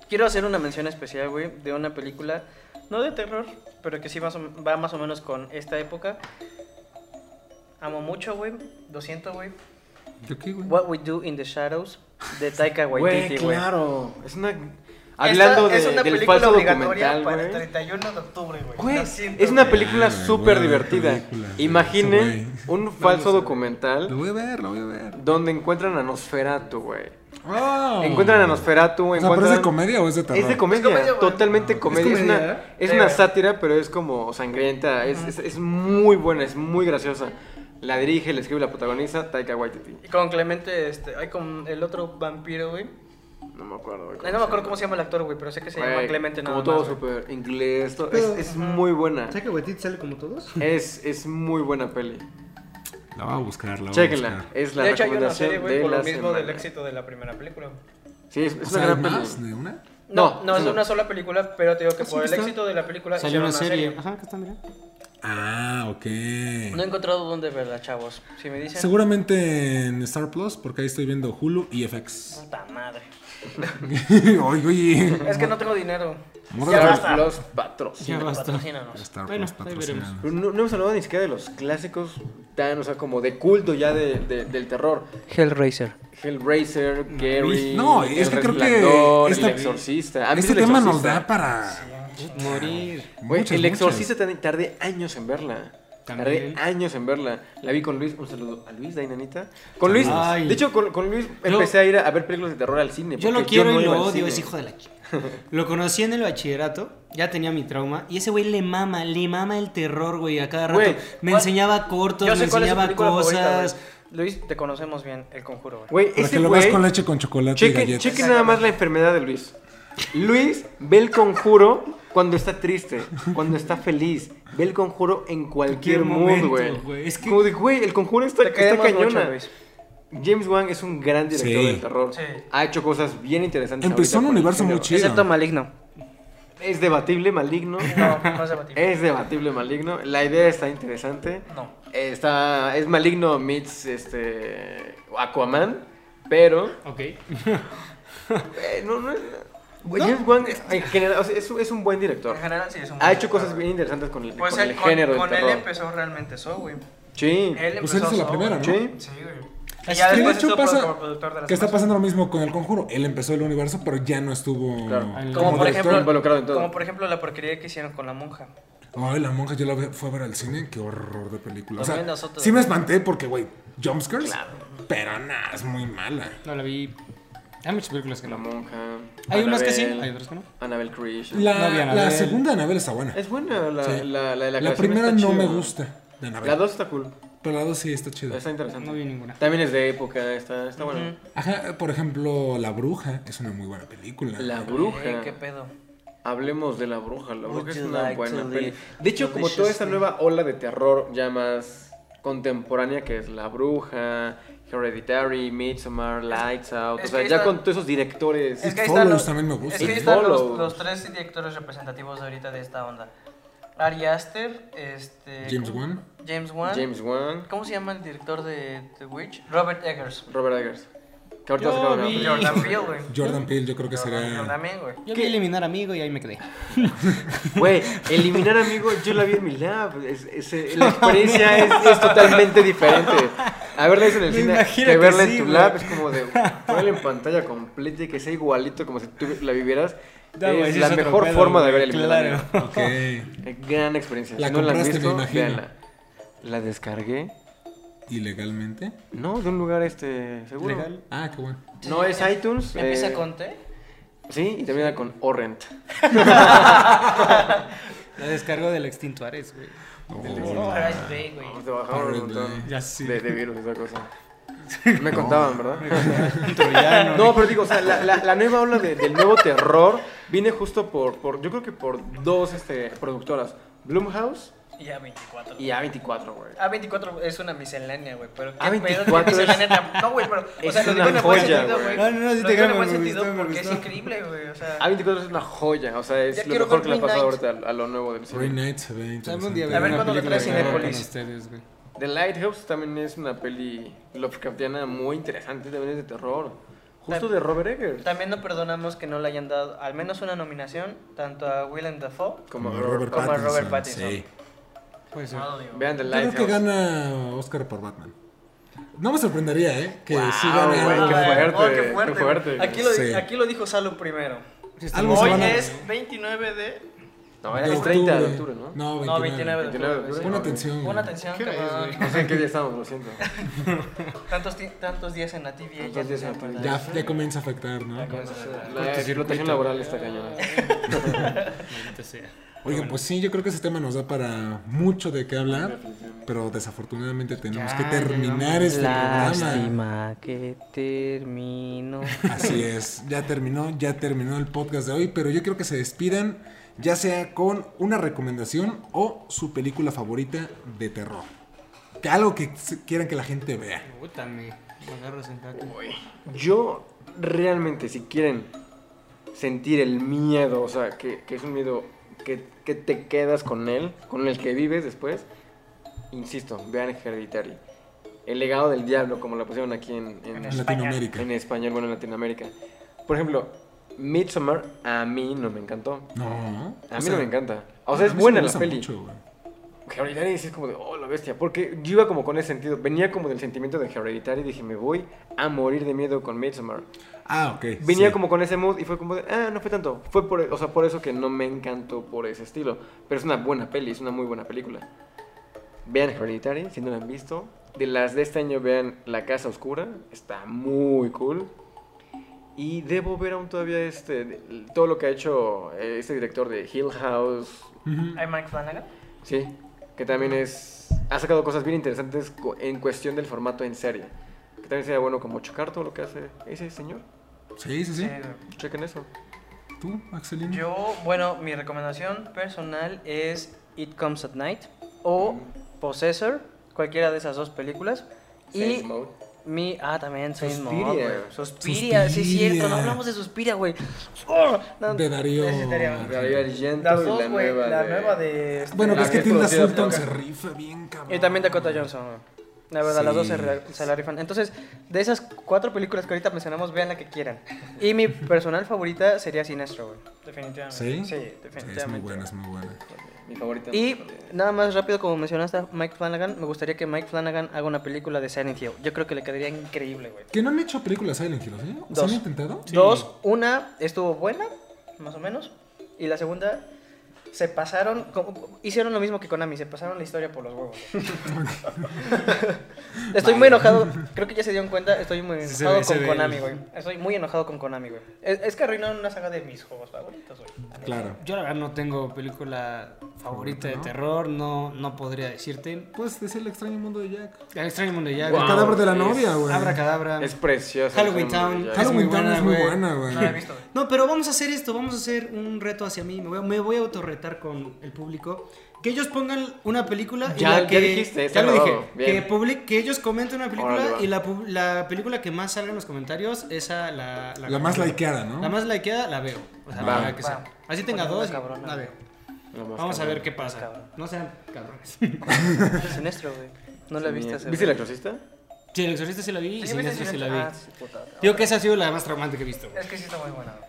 Quiero hacer una mención especial, güey, de una película, no de terror, pero que sí más o- va más o menos con esta época. Amo mucho, güey. Lo siento, güey.
¿Yo qué, güey?
What We Do in the Shadows de Taika Waititi,
Güey,
güey.
claro. Es una. Hablando
Esta
de,
es una
del
película
falso
obligatoria
documental,
para el
güey.
31 de octubre, güey.
Güey,
Lo siento,
es una
güey.
película
Ay,
súper
buena
divertida.
película, Ah, güey, ese
Imaginen
güey.
un falso
Lo
documental
voy a ver, lo voy a ver.
donde encuentran a Nosferatu, güey.
Oh.
Encuentran a Nosferatu,
O sea, ¿pero
encuentran...
¿Es de comedia o es de terror?
Es de comedia,
Es comedia, güey.
totalmente comedia. Es,
comedia,
una,
¿eh?
es
Sí,
una
güey.
sátira, pero es como sangrienta. Es, es- es muy buena, es muy graciosa. La dirige, la escribe, la protagoniza Taika Waititi.
Y con Clemente, este, ay, con el otro vampiro, güey.
No me acuerdo, güey.
Ay, No me acuerdo cómo se llama el actor, güey, pero sé que se llama
Güey,
Clemente nada
Como
más.
todo
güey.
súper inglés. todo-
Pero-
es, es muy buena.
¿Sabes que Waititi sale como todos?
Es, es muy buena peli.
La voy a buscar, la voy a
Chéquenla.
buscar.
Es la
de hecho, hay una
recomendación
serie, güey,
de
por lo
la
mismo
semana.
del éxito de la primera película.
Sí, es, es
O
una
sea,
gran
¿hay
peli.
más de una?
No, no,
No,
es
no.
una sola película, pero te digo que
Ah, sí,
por el
está.
éxito de la película
Salió
hicieron
una serie. Ajá, acá está, mira.
Ah, ok.
No he encontrado dónde verla, chavos. Si me dicen,
Seguramente en Star Plus, porque ahí estoy viendo Hulu y FX.
puta madre.
oye, oye.
Es que no tengo dinero.
Morra
Ya
de-
basta. Los patrocinios.
Ya basta.
Patrocínanos.
Star
Bueno,
Plus
ahí
patrocina.
veremos.
Pero No, no hemos hablado ni siquiera de los clásicos tan, o sea, como de culto ya de, de- del terror.
Hellraiser.
Hellraiser, Gary,
No,
El
es que creo que
Resplandor,
esta-
El Exorcista. ¿Han
Este
visto El
tema nos
Exorcista?
da para.
Morir.
Güey,
muchas,
el
muchas.
Exorcista tardé- tardé años en verla. Tardé
También.
años en verla. La vi con Luis. Un saludo a Luis, Dainanita. Con Luis.
Ay.
De hecho, con, con Luis empecé a ir a, a ver películas de terror al cine.
Yo lo
porque
quiero
no
y
iba
lo
al
odio,
cine.
es hijo de la chica. Lo conocí en el bachillerato, ya tenía mi trauma, y ese güey le mama, le mama el terror, güey, a cada rato.
Güey,
me
¿cuál-
enseñaba cortos,
Yo
me
sé cuál es tu
enseñaba
película favorita,
cosas.
güey. Luis, te conocemos bien, El Conjuro, güey.
Güey,
Para
este
que lo veas
güey.
con leche con chocolate y
Chequen,
galletas.
chequen nada más la enfermedad de Luis. Luis ve el conjuro cuando está triste, cuando está feliz. Ve el conjuro en cualquier mood,
momento,
güey.
güey. Es que-
Como de, güey, el conjuro está,
Te
está
queremos
cañona.
mucho, Luis.
James Wan es un gran director
Sí.
del terror.
Sí.
Ha hecho cosas bien interesantes.
Empezó
ahorita
un
con el
universo muy
género.
chido.
Excepto maligno.
Es debatible, maligno.
No, no es debatible.
Es debatible, maligno. La idea está interesante.
No.
Está, es maligno meets este, Aquaman, pero
Ok.
eh, no, no es- güey, James Wan en general, o sea, es, un- es un buen director.
En general, sí, es un
Ha
buen
hecho
director,
cosas bien
güey.
interesantes con el,
Pues
con
él,
el
con,
género
con
del
él
terror.
empezó realmente eso, güey.
Sí.
Él empezó
Pues él hizo la
Saw,
primera,
güey.
¿no?
Sí.
Sí, güey. Y
Es
ya
que de
después
hecho
estuvo
pasa-
como productor de las
Que está
demás.
pasando lo mismo con el conjuro. Él empezó el universo, pero ya no estuvo.
Claro. Como
Como por,
director.
ejemplo,
involucrado en todo.
como por ejemplo la porquería que hicieron con la monja.
Ay, la monja, yo la ve- fui a ver al cine. Qué horror de película. O sea,
También nosotros.
sí me espanté porque, güey, jumpscares. Pero nada, es muy mala.
No la vi. Hay muchas películas que
La
no.
monja.
Hay unas que sí,
Annabelle,
hay otras que no.
Annabelle Creation.
La,
No vi Anabel.
la segunda de Anabel está buena.
Es buena la,
Sí.
la, la, de la
La
creación
primera
está
no
chida.
me gusta. de Anabel.
La dos está cool.
Pero la dos sí está chida.
Está interesante.
No vi ninguna.
También es de época, está, está bueno.
Ajá, por ejemplo, La Bruja es una muy buena película.
La
Eh,
bruja.
¿Qué pedo?
Hablemos de la bruja. La bruja
Would
es
you
una
like
buena
to
peli.
live
De hecho, como toda esta
deliciously?
nueva ola de terror ya más contemporánea que es La Bruja, Hereditary, Midsommar, Lights Out,
es
o sea,
que
ya
está-
con todos esos directores.
Es que ahí
Follows
están los,
también me gusta,
es que ahí
¿eh?
están los,
Follows.
los tres directores representativos de ahorita de esta onda. Ari Aster, este...
James Wan.
James Wan.
James Wan,
¿Cómo se llama el director de The Witch? Robert Eggers.
Robert Eggers. Que ahorita
Yo
sacaron una
vi-
película.
Jordan Peele, güey.
Jordan Peele, yo creo que
Jordan
sería.
también, güey.
Yo vi eliminar amigo y ahí me quedé.
Güey, eliminar amigos, yo la vi en mi lab. Es- es- la experiencia es, es totalmente diferente. A verla en el
Me
cine
imagino
que
que
verla
sí,
en tu
güey.
lab es como de ponerla en pantalla completa y que sea igualito como si tú la vivieras.
No,
es
güey, sí
la
es otro
mejor
pedo,
forma de
güey,
ver eliminar
claro.
amigos.
Ok.
Gran experiencia.
La
si no la han
compraste,
visto,
me imagino.
véanla. La descargué.
¿Ilegalmente?
No, de un lugar este seguro.
Legal.
Ah, qué bueno.
No es iTunes.
Em, Empieza
eh,
con T.
Sí, y termina con Orrent.
La descargo del extinto Ares, güey.
Oh.
Crash Bay, güey.
Vamos a bajar un
Orrent,
montón
Ya sí.
de, de virus esa cosa. Me contaban, ¿verdad?
Troyano.
No, pero digo, o sea, la, la- la nueva ola de- del nuevo terror viene justo por, por yo creo que por dos este, productoras, Blumhouse
Y A24.
y A24, güey.
A24 es una miscelánea, güey, pero qué
A24
pedo que
es-
miscelánea tan- No, güey, pero o
es
sea, lo digo
una
en el buen
joya,
sentido,
güey.
güey.
No, no, no, sí
Lo digo
te
en
creo,
el buen
me
sentido
gustó, me
porque es
gustó.
increíble, güey, o sea.
A24 es una joya, o sea, es
Ya
lo
quiero
mejor
ver
que le ha pasado
Midnight.
ahorita a, a lo nuevo del
Ray
cine.
Night se ve
Algún
interesante.
A
día
ver
veré una
cuándo lo
película
traes
de terror
Cinépolis.
con ustedes, güey.
The Lighthouse también es una peli Lovecraftiana muy interesante, también es de terror. Justo de Robert Eggers.
También no perdonamos que no le hayan dado al menos una nominación tanto a Willem Dafoe.
Como
Como Robert.
Como
Pattinson,
Robert Pattinson.
Sí.
Puede ser.
No lo digo.
Vean The
Yo creo que
Lighthouse.
gana Oscar por Batman. No me sorprendería, ¿eh? Que
Wow,
sí gane
güey,
algo.
qué fuerte,
Oh,
qué
fuerte,
fuerte.
güey. Aquí lo,
Sí.
aquí lo dijo Salo primero.
Sí, está
Algo
muy
se
Hoy
van
bueno.
a-
es 29 de...
No, era
De
el 30 de octubre, ¿no?
No, 29.
No, pues, 29 de octubre.
29 de
sí.
Pon atención.
Pon
güey.
atención,
¿Qué
cabrón.
es,
No sé en qué día estamos, lo siento.
Tantos, ti- tantos días en la tibia.
Tantos
ya no
días
se
en la
acuerda.
Ya, ya comienza a afectar, ¿no?
La explotación laboral está cañona.
Maldita sea.
Oigan, pues sí, yo creo que ese tema nos da para mucho de qué hablar, pero desafortunadamente tenemos
Ya,
que
ya
terminar
llevamos-
este programa.
Lástima que termino.
Así es, ya terminó, ya terminó el podcast de hoy, pero yo creo que se despidan, ya sea con una recomendación o su película favorita de terror. Que algo que se- quieran que la gente vea.
Puta, me me agarro sentado.
Yo realmente, si quieren sentir el miedo, o sea, que, que es un miedo que, que te quedas con él, con el que vives después, insisto, vean Hereditary. El legado del diablo, como la pusieron aquí en, en-
En
En
España.
Latinoamérica.
en español, bueno, en Latinoamérica. Por ejemplo, Midsommar a mí no me encantó.
No.
A mí
o sea,
no me encanta. O sea,
a
es
mí sí
buena
me
la
gusta
peli.
mucho, güey.
Hereditary sí es como de, oh, la bestia. Porque yo iba como con ese sentido. Venía como del sentimiento de Hereditary y dije, me voy a morir de miedo con Midsommar.
Ah, ok.
Venía
sí.
como con ese mood y fue como de, ah, no fue tanto. Fue por, o sea, por eso que no me encantó por ese estilo. Pero es una buena peli, es una muy buena película. Vean Hereditary, si no la han visto. De las de este año, vean La Casa Oscura. Está muy cool. Y debo ver aún todavía este, de- todo lo que ha hecho eh, este director de Hill House,
Ujú.
Hay Mike Flanagan.
Sí, que también es. Ha sacado cosas bien interesantes cu- en cuestión del formato en serie. Que también sería bueno como chocar todo lo que hace ese señor.
Sí, sí, sí.
Eh,
Chequen eso.
¿Tú, Axelino?
Yo, bueno, mi recomendación personal es It Comes at Night o Possessor, cualquiera de esas dos películas.
Saints
Y
Mode.
mi. Ah, también Saints Mode,
Suspiria.
güey. Suspiria, sí es
Suspiria.
cierto, no hablamos de Suspiria, güey. Oh, no,
De Darío.
necesitaría-
Darío Argento
Las
y
dos,
la
güey.
nueva
La
de-
nueva de. este-
Bueno, pues,
La
pero es que
que
Tilda
producida
Sultan
por-
se rifa bien, cabrón.
Y también Dakota Johnson, güey. La verdad,
Sí.
las dos se, re- se la rifan. Entonces, de esas cuatro películas que ahorita mencionamos, vean la que quieran. Y mi personal favorita sería Sinestro, güey. Definitivamente.
¿Sí?
Sí, definitivamente.
Es muy buena, es muy buena.
Mi favorita.
Y nada más rápido, como mencionaste a Mike Flanagan, me gustaría que Mike Flanagan haga una película de Silent Hill. Yo creo que le quedaría increíble, güey.
Que no han hecho películas Silent Hill, ¿eh? ¿Se
Dos.
han intentado?
Dos, una estuvo buena, más o menos. Y la segunda, se pasaron, como- hicieron lo mismo que Konami, se pasaron la historia por los huevos. estoy muy enojado, creo que ya se dieron cuenta, estoy muy
Sí, se
enojado
ve, se
con
ve
Konami,
el-
güey. Estoy muy enojado con Konami, güey. Es, es que arruinaron una saga de mis juegos favoritos, güey.
Claro.
Yo la verdad no tengo película favorita de
¿no?
terror, no, no podría decirte.
Pues es el extraño mundo de Jack.
El extraño mundo de Jack.
El cadáver de la
es-
novia, güey.
Abra cadabra.
Es preciosa.
Halloween
esa
Town.
mujer.
Halloween
Es muy
Town
buena,
es muy
güey.
buena, güey.
No la he visto, güey.
No, pero vamos a hacer esto, vamos a hacer un reto hacia mí. Me voy a, me voy a autorretar con el público. Que ellos pongan una película y
Ya-
la
ya
que,
dijiste, está
ya lo dije.
grabado, bien.
Que, public- que ellos comenten una
Órale,
película
va.
y la, pu- la película que más salga en los comentarios, esa la...
La más likeada, ¿no?
La más likeada la veo. O sea,
Va.
la que sea.
Va.
Así tenga
Ponle
dos,
una cabrona.
la veo.
La más
Vamos a ver
cabrona.
qué pasa.
Cabrón.
No sean cabrones.
Sinestro, güey. No la he visto. hace-
¿Viste el exorcista?
Sí, el exorcista sí la vi y
¿Sí viste
Siniestro sí la
Sinestro?
vi.
Ah, sí, puta.
Digo que esa ha sido la más traumante que he visto. güey.
Es que sí está muy buena, güey.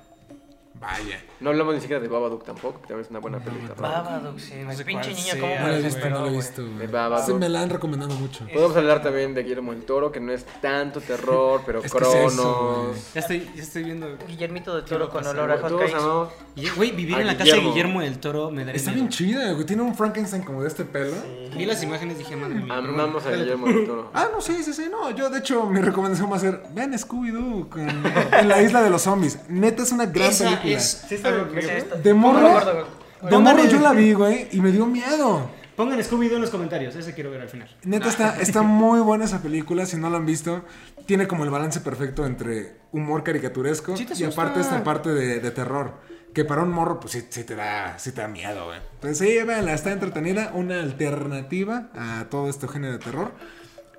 Vaya.
No hablamos ni siquiera de Babadook tampoco, que también es una buena película.
Babadook, sí,
No
güey.
sé
pinche
cuál
niño,
sea,
¿cómo
No
me
la he
güey,
visto,
desesperó,
no la he
güey?
visto, güey.
De Babadook.
Se me la han recomendado mucho.
Podemos hablar también de Guillermo el Toro, que no es tanto terror, pero
Es que es eso, güey.
Cronos.
Ya estoy, ya estoy viendo.
Guillermito de Toro con
pasa,
olor a hot
Todos
cakes.
amamos-
Y, Güey, vivir
A
en la casa de
Guillermo.
Guillermo del Toro me daría
Está
miedo.
bien chida, güey. Tiene un Frankenstein como de este pelo.
Vi las imágenes y dije, madre mía. pero bueno.
Amamos a Guillermo del Toro.
Ah, no, sí, sí, sí. No, yo de hecho mi recomendación va a ser, vean Scooby-Doo con- en la isla de los zombies. Neta es una gran
Esa
película.
es.
Sí, está bien,
algo que-
sí, está-
De morro,
No me acuerdo, güey.
de morro yo la vi, güey, y me dio miedo.
Pongan Scooby-Doo en los comentarios, ese quiero ver al final.
Neta está, está muy buena esa película, si no la han visto, tiene como el balance perfecto entre humor caricaturesco
Sí te
y aparte
asusta.
esta parte de, de terror, que para un morro pues sí, sí te, da, sí te da miedo, güey. Entonces sí, véanla, está entretenida, una alternativa a todo este género de terror.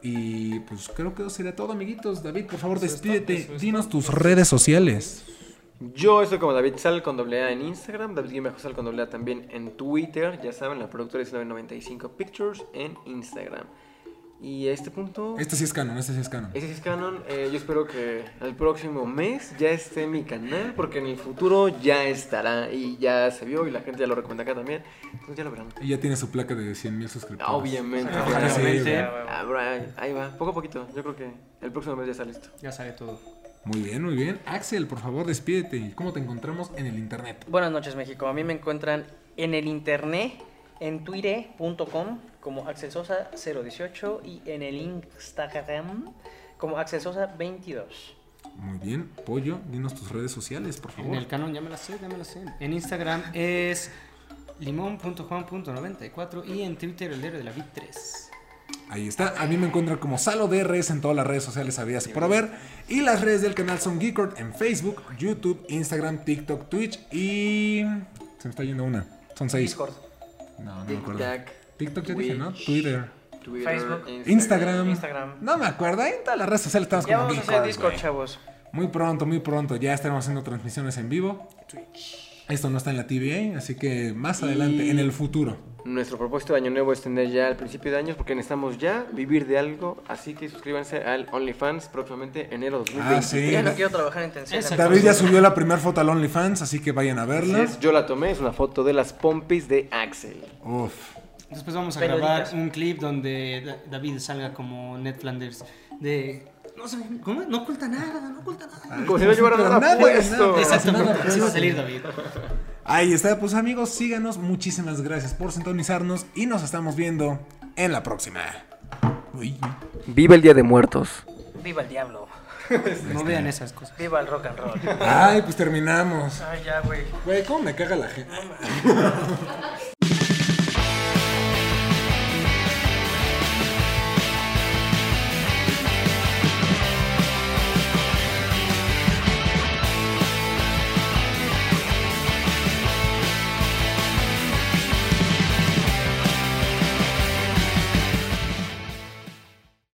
Y pues creo que eso sería todo, amiguitos. David, por favor, despídete, dinos tus redes sociales.
Yo estoy como David Sal con doble A en Instagram, David bajo Sal con doble A también en Twitter. Ya saben, la productora es 995 Pictures en Instagram. Y a este punto,
Este sí es canon, este sí es canon.
ese sí es Canon. eh, yo espero que el próximo mes ya esté en mi canal, porque en el futuro ya estará y ya se vio y la gente ya lo recomienda acá también. Entonces ya lo verán.
Y ya tiene su placa de 100 mil suscriptores.
Obviamente.
Ojalá sí, güey.
Ah, bro, ahí- ahí va, poco a poquito. Yo creo que el próximo mes ya está listo.
Ya sabe todo.
Muy bien, muy bien. Axel, por favor, despídete. ¿Y ¿Cómo te encontramos en el internet?
Buenas noches, México. A mí me encuentran en el internet, en twitter.com como Axel Sosa 018 y en el Instagram como Axel Sosa 22.
Muy bien, Pollo, dinos tus redes sociales, por
En
favor.
el canon ya me la sé, ya me la sé. En Instagram es limón.juan.94 y en Twitter el héroe de la vid 3.
Ahí está. A mí me encuentran como SaloDRS en todas las redes sociales habidas y por haber. Y las redes del canal son Geekord en Facebook, YouTube, Instagram, TikTok, Twitch y. Se me está yendo una. Son seis.
Discord.
No, no me acuerdo.
Tic-tac.
TikTok ya dije, ¿no?
Twitch.
Twitter.
Twitter,
Facebook,
Instagram.
Instagram.
No me acuerdo. Ahí en todas las redes sociales estamos
Ya
como
vamos a hacer
Geekord,
Discord,
güey.
chavos.
Muy pronto, muy pronto. Ya estaremos haciendo transmisiones en vivo. Esto no está en la TVA, así que más adelante, en el futuro.
Nuestro propósito de año nuevo es tener ya al principio de año porque necesitamos ya vivir de algo. Así que suscríbanse al OnlyFans próximamente enero 2020.
Ah, sí.
Ya no quiero trabajar en Tencent.
Exacto.
David ya subió la primera foto al OnlyFans, así que vayan a
Así
verla.
es, yo la tomé, es una foto de las pompis de Axel.
Uf.
Después vamos a
Peluditas.
grabar un clip donde Da- David salga como Ned Flanders de... No, sé, ¿cómo? no oculta nada, no oculta nada.
Como si no llevara
Pero
nada
nada,
puesto.
nada.
Exacto,
nada,
porque así Ah. va a
pues.
salir David.
Ahí está, pues amigos, síganos. Muchísimas gracias por sintonizarnos y nos estamos viendo en la próxima. Uy.
Viva el Día de Muertos.
Viva el diablo.
No vean esas cosas.
Viva el rock and roll.
Ay, pues terminamos.
Ay, ya, güey.
Güey, ¿cómo me caga la gente?